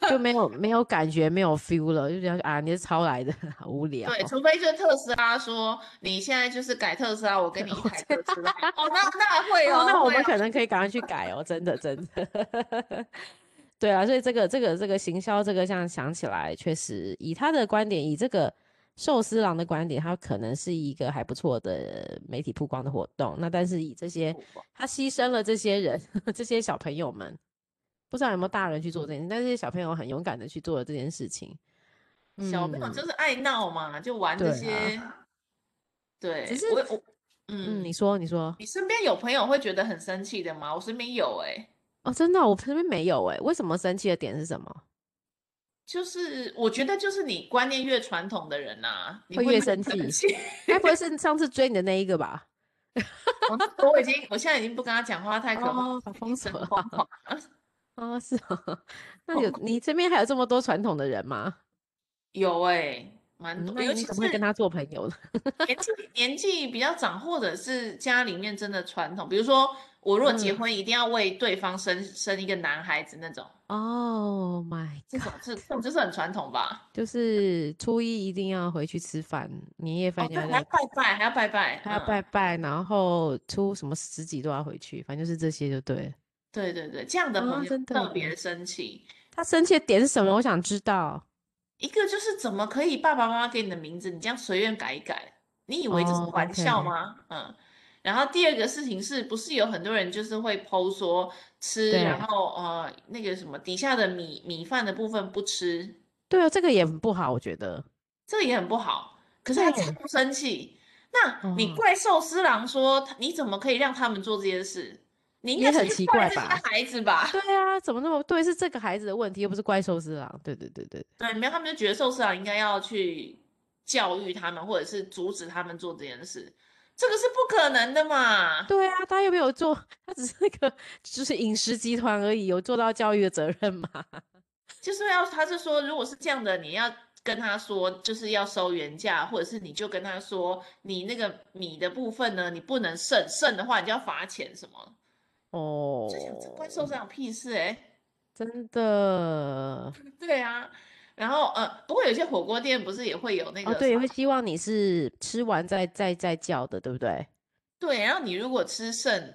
Speaker 1: 就没有没有感觉，没有 feel 了，就觉得啊，你是抄来的，好无聊。
Speaker 2: 对，除非就是特斯拉说你现在就是改特斯拉，我给你一
Speaker 1: 我
Speaker 2: 台
Speaker 1: 这
Speaker 2: 特斯拉。哦，那那会
Speaker 1: 哦，那我
Speaker 2: 哦会
Speaker 1: 们
Speaker 2: 哦
Speaker 1: 可能可以赶快去改哦，真的真的。 对啊，所以这个这个这个行销这个，像想起来，确实以他的观点，以这个寿司郎的观点，他可能是一个还不错的媒体曝光的活动。那但是以这些
Speaker 2: 哦
Speaker 1: 他牺牲了这些人， 这些小朋友们，不知道有没有大人去做这件事，但是小朋友很勇敢的去做了这件事情。
Speaker 2: 小朋友就
Speaker 1: 嗯
Speaker 2: 是爱闹嘛，就玩这
Speaker 1: 对啊
Speaker 2: 些。对，
Speaker 1: 只是
Speaker 2: 我我
Speaker 1: 嗯，
Speaker 2: 嗯，
Speaker 1: 你说你说
Speaker 2: 你身边有朋友会觉得很生气的吗？我身边有哎、
Speaker 1: 哦，真的哦、我身边没有诶，为什么生气的点是什么？
Speaker 2: 就是我觉得就是你观念越传统的人呐、啊你
Speaker 1: 会
Speaker 2: 会
Speaker 1: 越
Speaker 2: 越
Speaker 1: 生气 该不会是上次追你的那一个吧？
Speaker 2: 我那 我已经我现在已经不跟他讲话，太可怕了，
Speaker 1: 哦，把封
Speaker 2: 一
Speaker 1: 锁
Speaker 2: 生
Speaker 1: 了
Speaker 2: 疯狂。
Speaker 1: 哦，是 哦。那有你身边还有这么多传统的人吗？
Speaker 2: 有哎、蛮
Speaker 1: 嗯，
Speaker 2: 多，
Speaker 1: 那
Speaker 2: 尤
Speaker 1: 你
Speaker 2: 其
Speaker 1: 怎么会跟
Speaker 2: 是
Speaker 1: 他做朋友呢？
Speaker 2: 年纪年纪比较长，或者是家里面真的传统，比如说我如果结
Speaker 1: 嗯
Speaker 2: 婚一定要为对方生生一个男孩子那种，
Speaker 1: ，Oh my
Speaker 2: 这
Speaker 1: god，
Speaker 2: 种是这种就是很传统吧。
Speaker 1: 就是初一一定要回去吃饭，年夜
Speaker 2: 哦，
Speaker 1: 饭
Speaker 2: 对，
Speaker 1: 要
Speaker 2: 还要
Speaker 1: 在
Speaker 2: 拜拜，还要拜拜，
Speaker 1: 还要拜
Speaker 2: 嗯，
Speaker 1: 拜，然后初什么十几都要回去，反正就是这些就对了。
Speaker 2: 对对对，这样的
Speaker 1: 啊、
Speaker 2: 朋友
Speaker 1: 真的
Speaker 2: 特，别生气。
Speaker 1: 他生气的点是什么？我想知道。
Speaker 2: 一个就是怎么可以爸爸妈妈给你的名字，你这样随便改一改，你以为这是
Speaker 1: 哦
Speaker 2: 玩笑
Speaker 1: ，OK，
Speaker 2: 吗？嗯。然后第二个事情是不是有很多人就是会剖说吃，然
Speaker 1: 对
Speaker 2: 后呃那个什么底下的米米饭的部分不吃，
Speaker 1: 对啊，这个也很不好，我觉得。
Speaker 2: 这个也很不好，可是还超
Speaker 1: 对，
Speaker 2: 生气。那你
Speaker 1: 哦，
Speaker 2: 怪寿司郎说他你怎么可以让他们做这些事？你应
Speaker 1: 也
Speaker 2: 该是
Speaker 1: 很
Speaker 2: 去
Speaker 1: 奇怪
Speaker 2: 怪这些
Speaker 1: 吧？
Speaker 2: 孩子吧？
Speaker 1: 对啊，怎么那么对？是这个孩子的问题，又不是怪兽之狼。对对对对。
Speaker 2: 对，没有，他们就觉得受司长应该要去教育他们，或者是阻止他们做这件事，这个是不可能的嘛。
Speaker 1: 对啊，他又没有做，他只是那个就是饮食集团而已，有做到教育的责任吗？
Speaker 2: 就是要，他是说，如果是这样的，你要跟他说，就是要收原价，或者是你就跟他说，你那个米的部分呢，你不能剩，剩的话你就要罚钱什么。我在想，这关寿
Speaker 1: 哦，
Speaker 2: 司长屁事哎、
Speaker 1: 真的
Speaker 2: 对啊，然后呃，不过有些火锅店不是也会有那
Speaker 1: 哦，
Speaker 2: 个
Speaker 1: 对，
Speaker 2: 什
Speaker 1: 也
Speaker 2: 么？
Speaker 1: 会希望你是吃完再再再叫的，对不对？
Speaker 2: 对，然后你如果吃剩，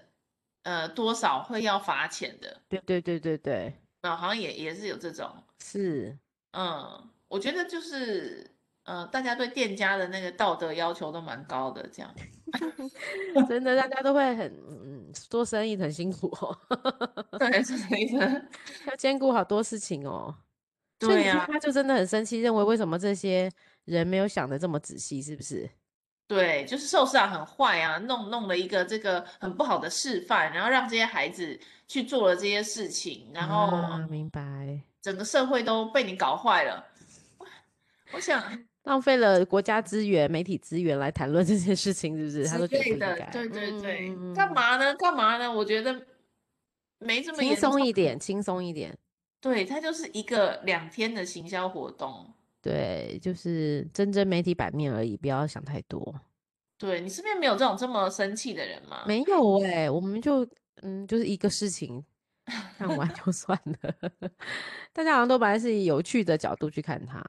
Speaker 2: 呃，多少会要罚钱的。
Speaker 1: 对对对对对，
Speaker 2: 啊，好像也也是有这种，
Speaker 1: 是，
Speaker 2: 嗯，我觉得就是，呃，大家对店家的那个道德要求都蛮高的，这 样。
Speaker 1: 真的，大家都会很嗯，做生意很辛苦哦，
Speaker 2: 对，是这个。
Speaker 1: 要兼顾好多事情哦。所以
Speaker 2: 对啊
Speaker 1: 你看，
Speaker 2: 呀、
Speaker 1: 他就真的很生气，认为为什么这些人没有想的这么仔细，是不是？
Speaker 2: 对，就是寿司郎很坏啊，弄弄了一个这个很不好的示范，然后让这些孩子去做了这些事情，然后
Speaker 1: 啊，明白。
Speaker 2: 整个社会都被你搞坏了。我想
Speaker 1: 浪费了国家资源、媒体资源来谈论这件事情，是不是？他
Speaker 2: 之
Speaker 1: 都觉得
Speaker 2: 类
Speaker 1: 不应
Speaker 2: 的，
Speaker 1: 该。
Speaker 2: 对对对，干
Speaker 1: 嗯，
Speaker 2: 嘛呢？干嘛呢？我觉得没这么
Speaker 1: 轻
Speaker 2: 严
Speaker 1: 松
Speaker 2: 重。
Speaker 1: 一点，轻松一点。
Speaker 2: 对，它就是一个两天的行销活动。
Speaker 1: 对，就是真真媒体版面而已，不要想太多。
Speaker 2: 对，你身边没有这种这么生气的人吗？
Speaker 1: 没有哎、我们就嗯，就是一个事 情看完就算了。大家好像都本来是以有趣的角度去看它。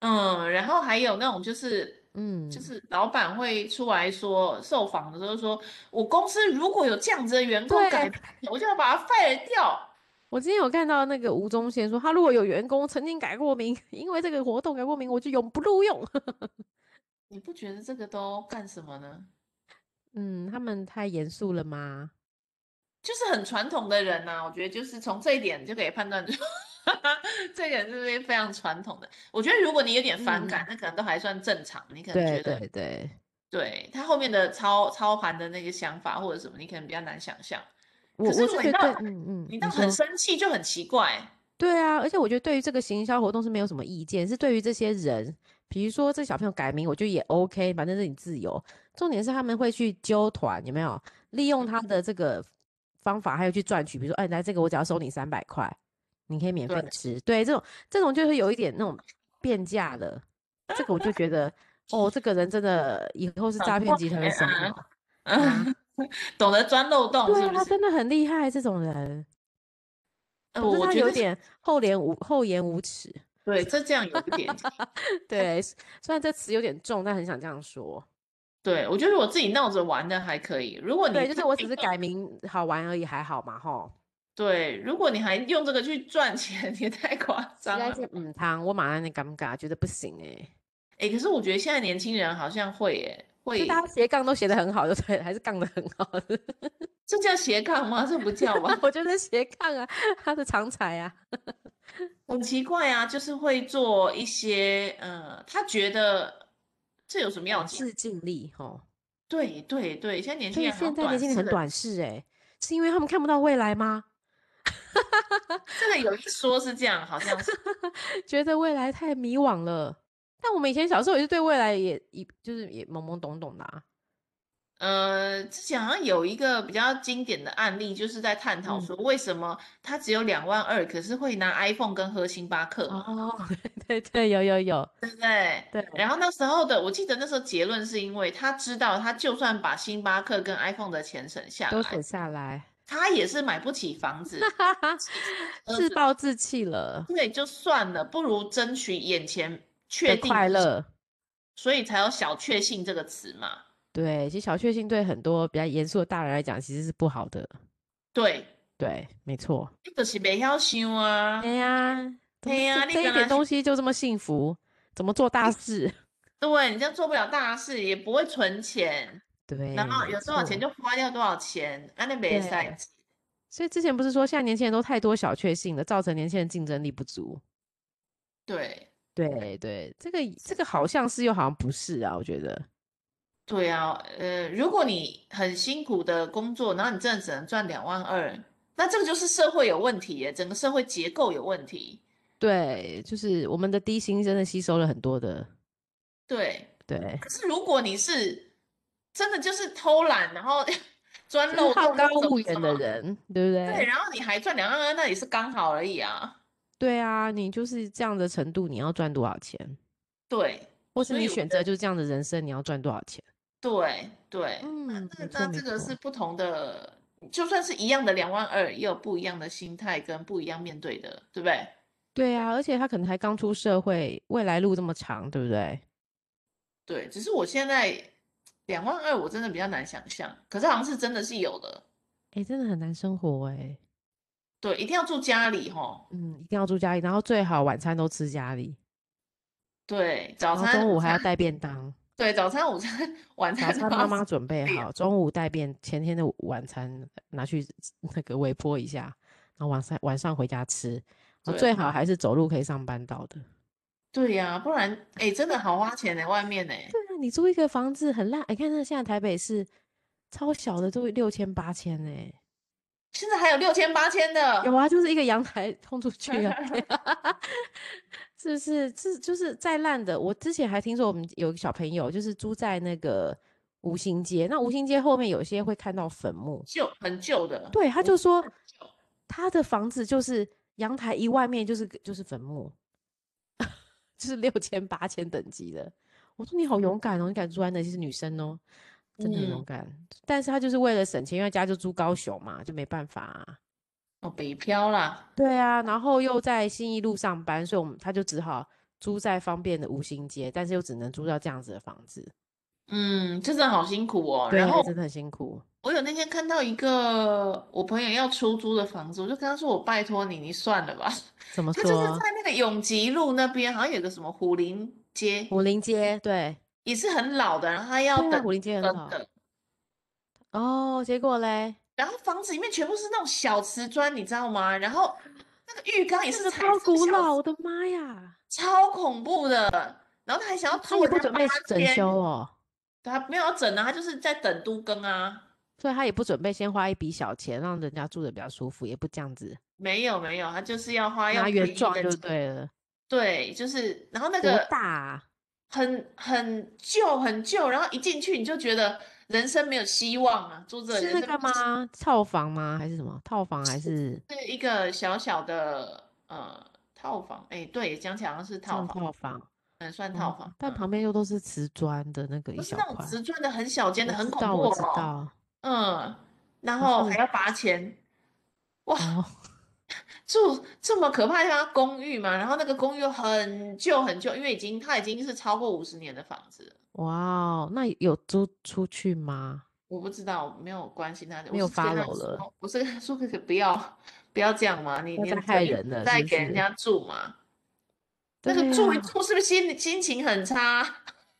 Speaker 2: 嗯，然后还有那种就是就
Speaker 1: 嗯，
Speaker 2: 是老板会出来说，受访的时候说，我公司如果有这样子的员工改
Speaker 1: 对，
Speaker 2: 变，我就要把他 fire 掉。
Speaker 1: 我今天有看到那个吴宗宪说，他如果有员工曾经改过名，因为这个活动改过名，我就永不录用。
Speaker 2: 你不觉得这个都干什么呢？
Speaker 1: 嗯，他们太严肃了吗？
Speaker 2: 就是很传统的人呐、我觉得就是从这一点就可以判断出， 这一点是不是非常传统的。我觉得如果你有点反感，那可能都还算正常，你可能觉
Speaker 1: 嗯对
Speaker 2: 得
Speaker 1: 对对，
Speaker 2: 对他后面的操操盘的那个想法或者什么，你可能比较难想象。
Speaker 1: 我我
Speaker 2: 是
Speaker 1: 是
Speaker 2: 我
Speaker 1: 觉得
Speaker 2: 到
Speaker 1: 对，嗯嗯，
Speaker 2: 你到很
Speaker 1: 说
Speaker 2: 生气就很奇怪，
Speaker 1: 对啊，而且我觉得对于这个行销活动是没有什么意见，是对于这些人，比如说这小朋友改名，我觉得也 OK，反正是你自由。重点是他们会去揪团，有没有？利
Speaker 2: 嗯
Speaker 1: 用他的这个方法，还有去赚取，比如说，哎，来这个我只要收你三百块，你可以免费
Speaker 2: 对
Speaker 1: 吃。对，这种这种就是有一点那种变价了，这个我就觉得，哦，这个人真的以后是
Speaker 2: 很
Speaker 1: 诈骗集团
Speaker 2: 坏
Speaker 1: 的首
Speaker 2: 啊
Speaker 1: 脑。啊
Speaker 2: 嗯， 懂得钻漏洞
Speaker 1: 对
Speaker 2: 哦是
Speaker 1: 啊，
Speaker 2: 不
Speaker 1: 他
Speaker 2: 是？
Speaker 1: 真的很厉害，这种人，
Speaker 2: 呃，
Speaker 1: 可是
Speaker 2: 我
Speaker 1: 他
Speaker 2: 觉
Speaker 1: 有
Speaker 2: 得是
Speaker 1: 点厚脸无厚颜无 耻。
Speaker 2: 对，这这样有一点。
Speaker 1: 对，虽然这词有点重，但很想这样说。
Speaker 2: 对，我觉得我自己闹着玩的还可以。如果你
Speaker 1: 对，就是
Speaker 2: 太
Speaker 1: 我只是改名好玩而已，还好嘛吼。
Speaker 2: 对，如果你还用这个去赚钱， 也太夸
Speaker 1: 实
Speaker 2: 张
Speaker 1: 在
Speaker 2: 了。
Speaker 1: 是嗯，汤，我马上就尴尬，觉得不行哎、
Speaker 2: 哎，可是我觉得现在年轻人好像会耶，
Speaker 1: 就
Speaker 2: 会
Speaker 1: 大家斜杠都斜得很好，就对了，还是杠得很好。？
Speaker 2: 这叫斜杠吗？这不叫 吧
Speaker 1: 我觉得斜杠啊，他的长才啊，
Speaker 2: 很奇怪啊，就是会做一些呃，他觉得这有什么要
Speaker 1: 短
Speaker 2: 紧？
Speaker 1: 视尽力吼。
Speaker 2: 对对对，现在年
Speaker 1: 所
Speaker 2: 轻
Speaker 1: 以
Speaker 2: 人好
Speaker 1: 现
Speaker 2: 像
Speaker 1: 在年
Speaker 2: 短
Speaker 1: 轻人
Speaker 2: 视
Speaker 1: 很
Speaker 2: 的，
Speaker 1: 短视哎、是因为他们看不到未来吗？
Speaker 2: 这个有一说是这样，好像 是
Speaker 1: 觉得未来太迷惘了。但我们以前小时候也是对未来也也就是也懵懵懂懂的啊。
Speaker 2: 呃，之前好像有一个比较经典的案例，就是在探讨
Speaker 1: 嗯
Speaker 2: 说为什么他只有两万二，可是会拿 iPhone 跟喝星巴克嘛，
Speaker 1: 哦， 对对对，有有有，
Speaker 2: 对不对？
Speaker 1: 对。
Speaker 2: 然后那时候的，我记得那时候结论是因为他知道，他就算把星巴克跟 iPhone 的钱省下
Speaker 1: 都
Speaker 2: 来
Speaker 1: 省，下来，
Speaker 2: 他也是买不起 房子，车
Speaker 1: 自
Speaker 2: 子
Speaker 1: 暴自弃了
Speaker 2: 对，就算了，不如争取眼前
Speaker 1: 的
Speaker 2: 确定
Speaker 1: 快
Speaker 2: 的事，
Speaker 1: 乐。
Speaker 2: 所以才有小确幸这个词嘛。
Speaker 1: 对，其实小确幸对很多比较严肃的大人来讲，其实是不好的。
Speaker 2: 对，
Speaker 1: 对，没错。
Speaker 2: 就是不要想 啊，
Speaker 1: 哎呀，怎么
Speaker 2: 嘿呀
Speaker 1: 这
Speaker 2: 你
Speaker 1: 这一
Speaker 2: 本
Speaker 1: 点
Speaker 2: 来
Speaker 1: 东西就这么幸福？怎么做大事？
Speaker 2: 对你这样做不了大事，也不会存钱，
Speaker 1: 对，
Speaker 2: 然后
Speaker 1: 没
Speaker 2: 有多少钱
Speaker 1: 错
Speaker 2: 就花掉多少钱，安尼没
Speaker 1: 对
Speaker 2: 赛。
Speaker 1: 所以之前不是说现在年轻人都太多小确幸了，造成年轻人竞争力不足。
Speaker 2: 对
Speaker 1: 对对，这个这个好像是又好像不是啊，我觉得。
Speaker 2: 对啊，呃，如果你很辛苦的工作，然后你真的只能赚两万二，那这个就是社会有问题耶，整个社会结构有问题。
Speaker 1: 对，就是我们的低薪真的吸收了很多的，
Speaker 2: 对，
Speaker 1: 对，
Speaker 2: 可是如果你是真的就是偷懒，然后 钻
Speaker 1: 就是
Speaker 2: 漏
Speaker 1: 好
Speaker 2: 洞
Speaker 1: 高
Speaker 2: 要怎
Speaker 1: 骛
Speaker 2: 么
Speaker 1: 远的
Speaker 2: 找，
Speaker 1: 人，对不
Speaker 2: 对，
Speaker 1: 对？
Speaker 2: 然后你还赚两万二，那也是刚好而已啊。
Speaker 1: 对啊，你就是这样的程度，你要赚多少钱，
Speaker 2: 对，
Speaker 1: 或是
Speaker 2: 所
Speaker 1: 你
Speaker 2: 以我
Speaker 1: 选
Speaker 2: 觉
Speaker 1: 择
Speaker 2: 得
Speaker 1: 就是这样的人生，你要赚多少钱？
Speaker 2: 对对，那
Speaker 1: 嗯，没
Speaker 2: 那
Speaker 1: 错
Speaker 2: 那
Speaker 1: 没
Speaker 2: 这个是
Speaker 1: 错，
Speaker 2: 不同的，就算是一样的两万二，也有不一样的心态跟不一样面对的，对不对？
Speaker 1: 对啊，而且他可能还刚出社会，未来路这么长，对不对？
Speaker 2: 对，只是我现在两万二，我真的比较难想象，可是好像是真的是有的。
Speaker 1: 哎，真的很难生活哎，
Speaker 2: 对，一定要住家里吼，
Speaker 1: 嗯，一定要住家里，然后最好晚餐都吃家里，
Speaker 2: 对，早
Speaker 1: 然后
Speaker 2: 餐、
Speaker 1: 中
Speaker 2: 午
Speaker 1: 午还要
Speaker 2: 餐，
Speaker 1: 带便当，
Speaker 2: 对，早餐、午餐、晚
Speaker 1: 早
Speaker 2: 餐
Speaker 1: 餐
Speaker 2: 都
Speaker 1: 妈
Speaker 2: 要吃
Speaker 1: 妈准备
Speaker 2: 自己
Speaker 1: 好，中午带便前天的晚餐拿去 那个微波一下，然后晚上晚上回家吃，然后
Speaker 2: 对
Speaker 1: 最好还是走路可以上班到的。
Speaker 2: 对呀、不然哎，真的好花钱呢、外面呢、
Speaker 1: 对啊，你租一个房子很烂，你看那现在台北市超小的都六千八千呢，
Speaker 2: 现在还有六千八千
Speaker 1: 有
Speaker 2: 的，
Speaker 1: 啊，就是一个阳台空出去啊， 对啊是不是？这就是再烂的，我之前还听说我们有一个小朋友就是住在那个吴兴街，那吴兴街后面有些会看到坟墓，
Speaker 2: 旧很旧的，
Speaker 1: 对，他
Speaker 2: 我
Speaker 1: 就说
Speaker 2: 很旧
Speaker 1: 他的房子就是阳台一外面就是就是坟墓， 就是六千八千等级的。我说你好勇敢哦，你敢住在那里，是女生哦，真的很勇
Speaker 2: 嗯，
Speaker 1: 敢。但是她就是为了省钱，因为家就住高雄嘛，就没办法啊、
Speaker 2: 哦，北漂啦，
Speaker 1: 对啊，然后又在信义路上班，所以我们她就只好租在方便的五星街，但是又只能租到这样子的房子。
Speaker 2: 嗯，这真的好辛苦哦。然
Speaker 1: 对，
Speaker 2: 后
Speaker 1: 真的很辛苦。
Speaker 2: 我有那天看到一个我朋友要出租的房子，我就跟他说：“我拜托你，你算了吧。
Speaker 1: 怎”么
Speaker 2: 他就是
Speaker 1: 说？啊
Speaker 2: 在那个永吉路那边，好像有个什么虎林街，
Speaker 1: 武林街，对，
Speaker 2: 也是很老的，然后他要
Speaker 1: 对啊，
Speaker 2: 等
Speaker 1: 武林街很
Speaker 2: 等
Speaker 1: 好。
Speaker 2: 等，
Speaker 1: 哦，结果嘞？
Speaker 2: 然后房子里面全部是那种小瓷砖，你知道吗？然后那个浴缸也
Speaker 1: 这
Speaker 2: 是
Speaker 1: 个
Speaker 2: 彩
Speaker 1: 超
Speaker 2: 色
Speaker 1: 古
Speaker 2: 小
Speaker 1: 老，我的妈呀！
Speaker 2: 超恐怖的。然后他还想要
Speaker 1: 他
Speaker 2: 住
Speaker 1: 也
Speaker 2: 人
Speaker 1: 不
Speaker 2: 家
Speaker 1: 准
Speaker 2: 八
Speaker 1: 备整
Speaker 2: 间
Speaker 1: 修，哦，
Speaker 2: 他没有要整啊，他就是在等都更啊。
Speaker 1: 所以他也不准备先花一笔小钱让人家住的比较舒服，也不这样子
Speaker 2: 没有没有，他就是要花要
Speaker 1: 拿
Speaker 2: 便
Speaker 1: 原
Speaker 2: 宜
Speaker 1: 状
Speaker 2: 的
Speaker 1: 就
Speaker 2: 钱
Speaker 1: 对了。
Speaker 2: 对，就是然后那
Speaker 1: 多
Speaker 2: 个
Speaker 1: 大啊？
Speaker 2: 很很旧很旧，然后一进去你就觉得人生没有希望啊，住这
Speaker 1: 是
Speaker 2: 人
Speaker 1: 那
Speaker 2: 生
Speaker 1: 个
Speaker 2: 不是
Speaker 1: 吗？套房吗？还是什么套房？还是
Speaker 2: 是一个小小的呃套房，哎，对，讲起来好像是套
Speaker 1: 上
Speaker 2: 房，
Speaker 1: 套房？
Speaker 2: 嗯，算
Speaker 1: 哦
Speaker 2: 套房，
Speaker 1: 但
Speaker 2: 嗯
Speaker 1: 旁边又都是瓷砖的那个一
Speaker 2: 不是
Speaker 1: 小
Speaker 2: 那种
Speaker 1: 块，
Speaker 2: 瓷砖的很小间的，
Speaker 1: 我
Speaker 2: 很
Speaker 1: 知
Speaker 2: 恐
Speaker 1: 道，
Speaker 2: 怖
Speaker 1: 我知
Speaker 2: 哦，
Speaker 1: 道。
Speaker 2: 嗯，然
Speaker 1: 然
Speaker 2: 后
Speaker 1: 后
Speaker 2: 还要罚钱，哇，
Speaker 1: 哦，
Speaker 2: 住这么可怕的地方公寓嘛，然后那个公寓又很旧很旧，因为已经它已经是超过五十年的房子了，
Speaker 1: 哇哦，那有租出去吗？
Speaker 2: 我不知道，我没有关心他，我
Speaker 1: 没有
Speaker 2: 是跟他
Speaker 1: follow
Speaker 2: 说
Speaker 1: 了，
Speaker 2: 我是跟他说可可不要不要这样嘛，你
Speaker 1: 不
Speaker 2: 你
Speaker 1: 要再
Speaker 2: 这
Speaker 1: 害
Speaker 2: 也
Speaker 1: 人了，
Speaker 2: 在
Speaker 1: 是不
Speaker 2: 给人
Speaker 1: 是？
Speaker 2: 家住嘛，那个
Speaker 1: 对啊
Speaker 2: 住
Speaker 1: 呀、
Speaker 2: 一住是不是心心情很差？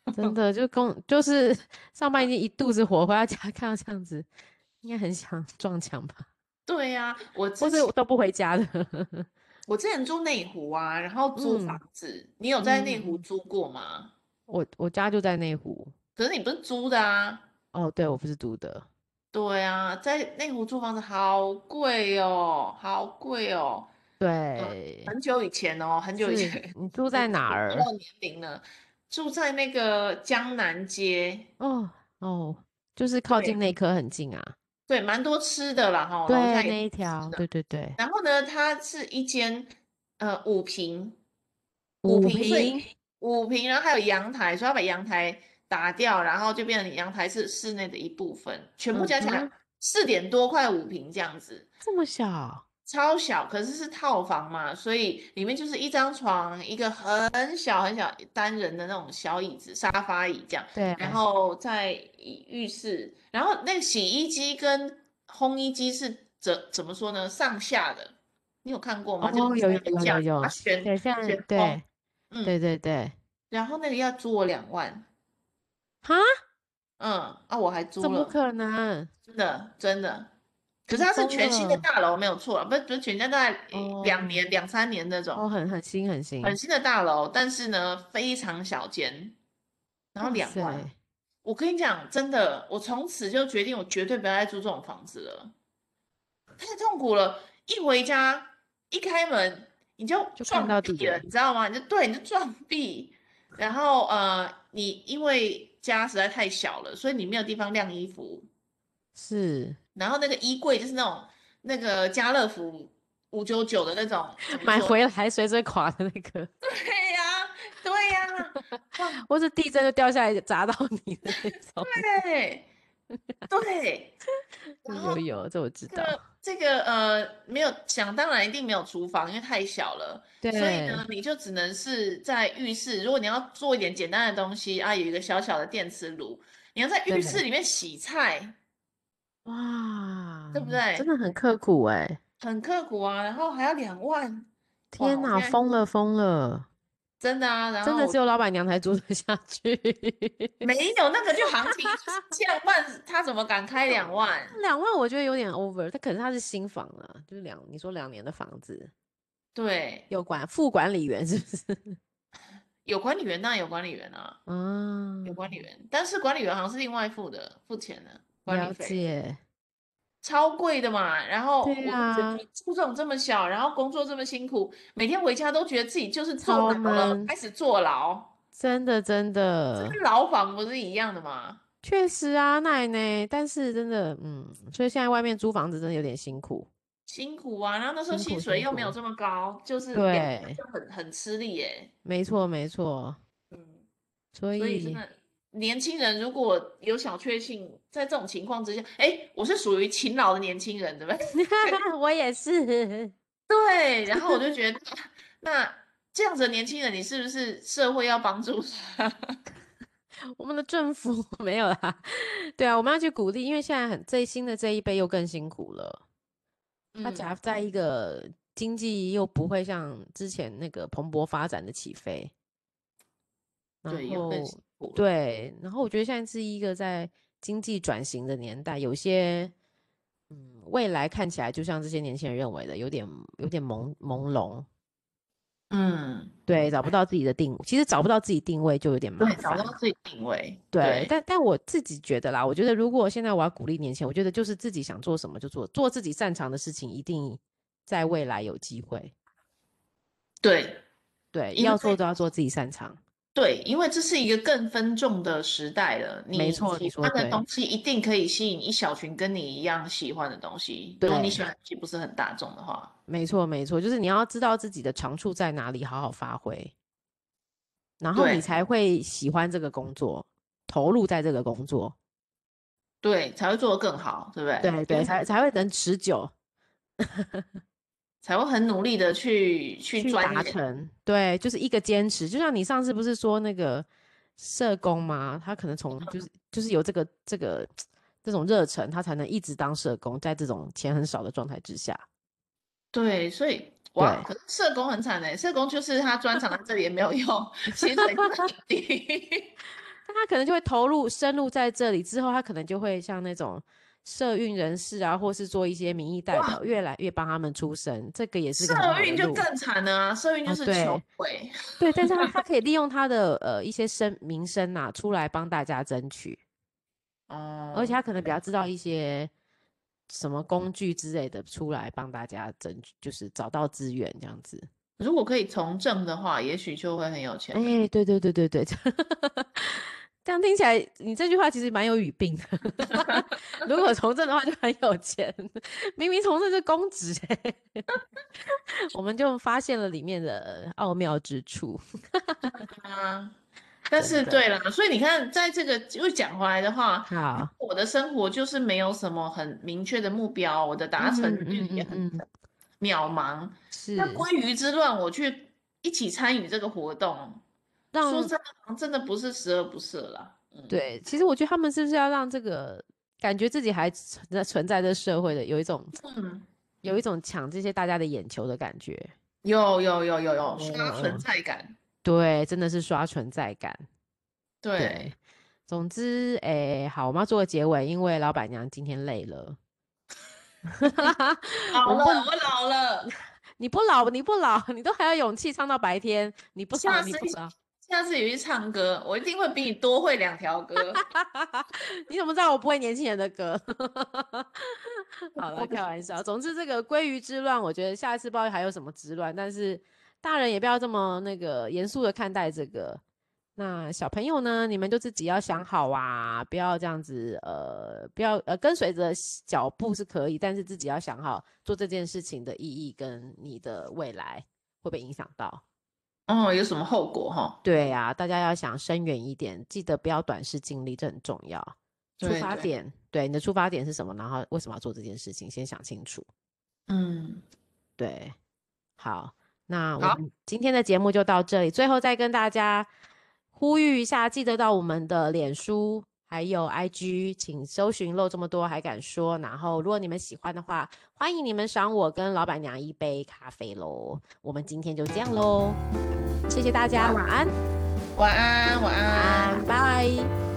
Speaker 2: 哦
Speaker 1: 真的就工就是 上班已经一肚子火，回到家看到这样子，应该很想 撞墙吧？
Speaker 2: 对呀、我之
Speaker 1: 或
Speaker 2: 前
Speaker 1: 是都不回家的？
Speaker 2: 我之前住内湖啊，然后租
Speaker 1: 嗯
Speaker 2: 房子，你有在内湖
Speaker 1: 嗯，
Speaker 2: 租过吗？
Speaker 1: 我我家就在内湖。
Speaker 2: 可是你不是租的啊？
Speaker 1: 哦，对，我不是读的。
Speaker 2: 对啊，在内湖租房子好贵哦，好贵哦。嗯，
Speaker 1: 对，
Speaker 2: 很久以前哦， 很久以
Speaker 1: 是
Speaker 2: 前，
Speaker 1: 你住
Speaker 2: 我
Speaker 1: 在哪
Speaker 2: 我透
Speaker 1: 儿？
Speaker 2: 露年龄了，住在那个江南街，
Speaker 1: 哦哦，就是靠近
Speaker 2: 对哦
Speaker 1: 内科很近啊。
Speaker 2: 对，蛮多吃的啦哈，楼
Speaker 1: 对，
Speaker 2: 下也
Speaker 1: 那一
Speaker 2: 是吃
Speaker 1: 条，
Speaker 2: 的。
Speaker 1: 对对对，
Speaker 2: 然后呢，它是一间呃五平，五
Speaker 1: 五
Speaker 2: 平，所以
Speaker 1: 平
Speaker 2: 五平，然后还有阳台，所以要把阳台打掉，然后就变成阳台是室内的一部分，全部
Speaker 1: 嗯
Speaker 2: 加起来
Speaker 1: 哼，
Speaker 2: 四点多块五平这样子，
Speaker 1: 这么小，
Speaker 2: 超小，可是是套房嘛，所以里面就是一张床，一个很小很小单人的那种小椅子、沙发椅这样，
Speaker 1: 对，
Speaker 2: 然后在浴浴室，然后那个洗衣机跟烘衣机是怎怎么说呢？上下的，你有看过吗？就
Speaker 1: 哦，
Speaker 2: 是
Speaker 1: 有有
Speaker 2: 上
Speaker 1: 有有有，
Speaker 2: 下，它悬
Speaker 1: 对，现在
Speaker 2: 悬空，
Speaker 1: 对
Speaker 2: 嗯，
Speaker 1: 对对对，
Speaker 2: 然后那个要租我两万，
Speaker 1: 哈，
Speaker 2: 嗯，啊，我还
Speaker 1: 怎
Speaker 2: 租
Speaker 1: 么
Speaker 2: 了，
Speaker 1: 可能？
Speaker 2: 真的真的，可是
Speaker 1: 你
Speaker 2: 它是
Speaker 1: 疯
Speaker 2: 全新的
Speaker 1: 了？
Speaker 2: 大楼，没有错啊，不是不是全新的大概诶两
Speaker 1: 哦
Speaker 2: 年两三年那种，
Speaker 1: 哦，很很新很
Speaker 2: 很
Speaker 1: 新，
Speaker 2: 新的大楼，但是呢非常小间，然后
Speaker 1: 哇
Speaker 2: 两万，
Speaker 1: 塞，
Speaker 2: 我跟你讲，真的，我从此就决定我绝对不要再住这种房子了，太痛苦了，一回家一开门你就
Speaker 1: 就看
Speaker 2: 撞
Speaker 1: 到
Speaker 2: 壁
Speaker 1: 底
Speaker 2: 了，
Speaker 1: 了，
Speaker 2: 你知道吗？你就对，你就撞壁，然后呃，你因为家实在太小了，所以你没有地方晾衣服。
Speaker 1: 是
Speaker 2: 然后那个衣柜就是那种那个家乐福五九九的那种，怎么
Speaker 1: 买
Speaker 2: 说？
Speaker 1: 回来随水垮的那个，
Speaker 2: 对呀，对呀，哇，
Speaker 1: 或是地震就掉下来砸到你的那种，
Speaker 2: 对啊对。
Speaker 1: 有
Speaker 2: 然后
Speaker 1: 有，这我知
Speaker 2: 这
Speaker 1: 道，
Speaker 2: 个这个呃，没有想当然一定没有厨房，因为太小了，所以
Speaker 1: 对，
Speaker 2: 呢，你就只能是在浴室。如果你要做一点简单的东西啊，有一个小小的电磁炉，你要在浴室
Speaker 1: 对，
Speaker 2: 里面洗菜，对不
Speaker 1: 哇，真
Speaker 2: 对？
Speaker 1: 的很刻苦哎，
Speaker 2: 很刻苦啊，然后还要两万，哇！
Speaker 1: 天
Speaker 2: 我
Speaker 1: 哪，
Speaker 2: 现在
Speaker 1: 疯了疯了。
Speaker 2: 真的啊，然
Speaker 1: 真的
Speaker 2: 后
Speaker 1: 只
Speaker 2: 我。
Speaker 1: 有老板娘才租得下 去，
Speaker 2: 没有那个就行情就是这样万，他怎么敢开两万？
Speaker 1: 两万我觉得有点 over，他可能他是新房了，就是两你说两年的房子，
Speaker 2: 对，
Speaker 1: 有管副管理员是不是？
Speaker 2: 有管理员当然有管理员啊，有
Speaker 1: 啊，
Speaker 2: 管理员，但是管理员好像是另外付的，付钱的管理
Speaker 1: 了
Speaker 2: 费，
Speaker 1: 解，
Speaker 2: 超贵的嘛。然后
Speaker 1: 对
Speaker 2: 我就觉得
Speaker 1: 啊，
Speaker 2: 住这种这么小，然后工作这么辛苦，每天回家都觉得自己就是坐
Speaker 1: 超
Speaker 2: 牢了，
Speaker 1: 闷，
Speaker 2: 开始坐牢，
Speaker 1: 真的真
Speaker 2: 这
Speaker 1: 的，
Speaker 2: 跟牢房不是一样的吗？
Speaker 1: 确实啊，奶奶，但是真的，嗯，所以现在外面租房子真的有点辛苦，
Speaker 2: 辛苦啊，然后那时候
Speaker 1: 辛
Speaker 2: 薪
Speaker 1: 苦
Speaker 2: 水
Speaker 1: 辛
Speaker 2: 又没有
Speaker 1: 苦，
Speaker 2: 这么高，就是养家
Speaker 1: 对，
Speaker 2: 就很很吃力耶。
Speaker 1: 没错没错，
Speaker 2: 嗯。
Speaker 1: 所
Speaker 2: 所以真
Speaker 1: 以
Speaker 2: 的，年轻人如果有小确幸，在这种情况之下，哎，我是属于勤劳的年轻人，对不 对？
Speaker 1: 我也是，
Speaker 2: 对，然后我就觉得，那这样子的年轻人，你是不是社会要帮助他？
Speaker 1: 我们的政府 没有啦，对啊，我们要去鼓励，因为现在很最新的这一辈又更辛苦了，他夹
Speaker 2: 嗯，
Speaker 1: 在一个经济又不会像之前那个蓬勃发展的起飞，然
Speaker 2: 对，又更辛
Speaker 1: 后
Speaker 2: 苦了。
Speaker 1: 对，然后我觉得现在是一个在经济转型的年代，有些嗯未来看起来就像这些年轻人认为的，有点有点朦朦胧，
Speaker 2: 嗯，
Speaker 1: 对，找不到自己的定，其实找不到自己定位就有点麻
Speaker 2: 对，
Speaker 1: 烦。
Speaker 2: 找到自己定位，
Speaker 1: 对，但但我自己觉得啦，我觉得如果现在我要鼓励年轻人，我觉得就是自己想做什么就做，做自己擅长的事情，一定在未来有机会。
Speaker 2: 对
Speaker 1: 对，
Speaker 2: 因
Speaker 1: 要
Speaker 2: 为
Speaker 1: 做都要做自己擅长。
Speaker 2: 对，因为这是一个更分众的时代了，
Speaker 1: 没
Speaker 2: 你
Speaker 1: 错你
Speaker 2: 喜
Speaker 1: 说
Speaker 2: 欢的
Speaker 1: 对
Speaker 2: 东西一定可以吸引一小群跟你一样喜欢的东西。如果
Speaker 1: 对
Speaker 2: 你喜欢的东西不是很大众的话，
Speaker 1: 没错，没错，就是你要知道自己的长处在哪里，好好发挥，然后你
Speaker 2: 对
Speaker 1: 才会喜欢这个工作，投入在这个工作，
Speaker 2: 对，才会做得更好，对不对？
Speaker 1: 对
Speaker 2: 因
Speaker 1: 对，
Speaker 2: 为
Speaker 1: 才才会能持久
Speaker 2: 才会很努力的去去
Speaker 1: 去
Speaker 2: 钻
Speaker 1: 达
Speaker 2: 研。
Speaker 1: 成。对，就是一个坚持。就像你上次不是说那个社工吗？他可能
Speaker 2: 嗯
Speaker 1: 从就是就是有这个这个这种热忱，他才能一直当社工，在这种钱很少的状态之下。
Speaker 2: 对，所以哇，
Speaker 1: 对
Speaker 2: 可是社工很惨哎，社工就是他专长在这里也没有 用，薪水真的很低。
Speaker 1: 但他可能就会投入深入在这里之后，他可能就会像那种社运人士啊，或是做一些民意代表，越来越帮他们出声，这个也是个很好
Speaker 2: 社
Speaker 1: 的
Speaker 2: 运就
Speaker 1: 路
Speaker 2: 更惨了啊，社运就
Speaker 1: 哦
Speaker 2: 是
Speaker 1: 对
Speaker 2: 穷鬼。
Speaker 1: 对，但是他他可以利用他的呃一些声名声呐、出来帮大家争取，
Speaker 2: 哦，
Speaker 1: 而且他可能比较知道一些什么工具之类的，出来帮大家争取，就是找到资源这样子。
Speaker 2: 如果可以从政的话，也许就会很有钱
Speaker 1: 哎、
Speaker 2: 了。
Speaker 1: 对对对对对， 这样听起来你这句话其实蛮有语病的。 如果从政的话就很有钱，明明从政是公职、欸， 我们就发现了里面的奥妙之处。
Speaker 2: 啊，但
Speaker 1: 真
Speaker 2: 是
Speaker 1: 的
Speaker 2: 对啦，所以你看，在这个又讲回来的话，
Speaker 1: 好，
Speaker 2: 我的生活就是没有什么很明确的目标，我的达成
Speaker 1: 嗯
Speaker 2: 率
Speaker 1: 嗯
Speaker 2: 也
Speaker 1: 嗯
Speaker 2: 很
Speaker 1: 嗯嗯，
Speaker 2: 渺茫。
Speaker 1: 是
Speaker 2: 那鲑鱼之乱，我去一起参与这个活动，
Speaker 1: 让
Speaker 2: 说真的，好像真的不是十恶不赦啦。嗯，
Speaker 1: 对，其实我觉得他们是不是要让这个感觉自己还存在存在这社会的，有一种
Speaker 2: 嗯，
Speaker 1: 有一种抢这些大家的眼球的感觉。
Speaker 2: 有有有有有刷
Speaker 1: 嗯嗯
Speaker 2: 存
Speaker 1: 嗯
Speaker 2: 在感，
Speaker 1: 对，真的是刷存在感。
Speaker 2: 对，，
Speaker 1: 总之，诶，好，我们要做个结尾，因为老板娘今天累了。
Speaker 2: 老
Speaker 1: 我
Speaker 2: 了，
Speaker 1: 不能
Speaker 2: 我老了，
Speaker 1: 你不老，你不老，你都还有勇气唱到白天，你不
Speaker 2: 下
Speaker 1: 老，你
Speaker 2: 次
Speaker 1: 不
Speaker 2: 一起
Speaker 1: 老，
Speaker 2: 下次你去唱歌，我一定会比你多会两条歌。
Speaker 1: 你怎么知道我不会年轻人的歌？ 好了，开玩笑。总之，这个鲑鱼之乱，我觉得下一次不知道还有什么之乱，但是大人也不要这么那个严肃的看待这个。那小朋友呢，你们就自己要想好啊，不要这样子，呃，不要呃，跟随着脚步是可以，但是自己要想好做这件事情的意义跟你的未来会被影响到。
Speaker 2: 哦，有什么后果哈？
Speaker 1: 对呀、大家要想深远一点，记得不要短视近利，这很重要。出
Speaker 2: 对
Speaker 1: 发
Speaker 2: 对
Speaker 1: 点，对你的出发点是什么？然后为什么要做这件事情？先想清楚。
Speaker 2: 嗯，
Speaker 1: 对，好，那我
Speaker 2: 好
Speaker 1: 们今天的节目就到这里。最后再跟大家呼吁一下，记得到我们的脸书还有 IG，请搜寻“漏这么多还敢说”。然后，如果你们喜欢的话，欢迎你们赏我跟老板娘一杯咖啡喽。我们今天就这样喽，谢谢大家，晚安，
Speaker 2: 晚安，晚
Speaker 1: 晚
Speaker 2: 安。
Speaker 1: 安，拜。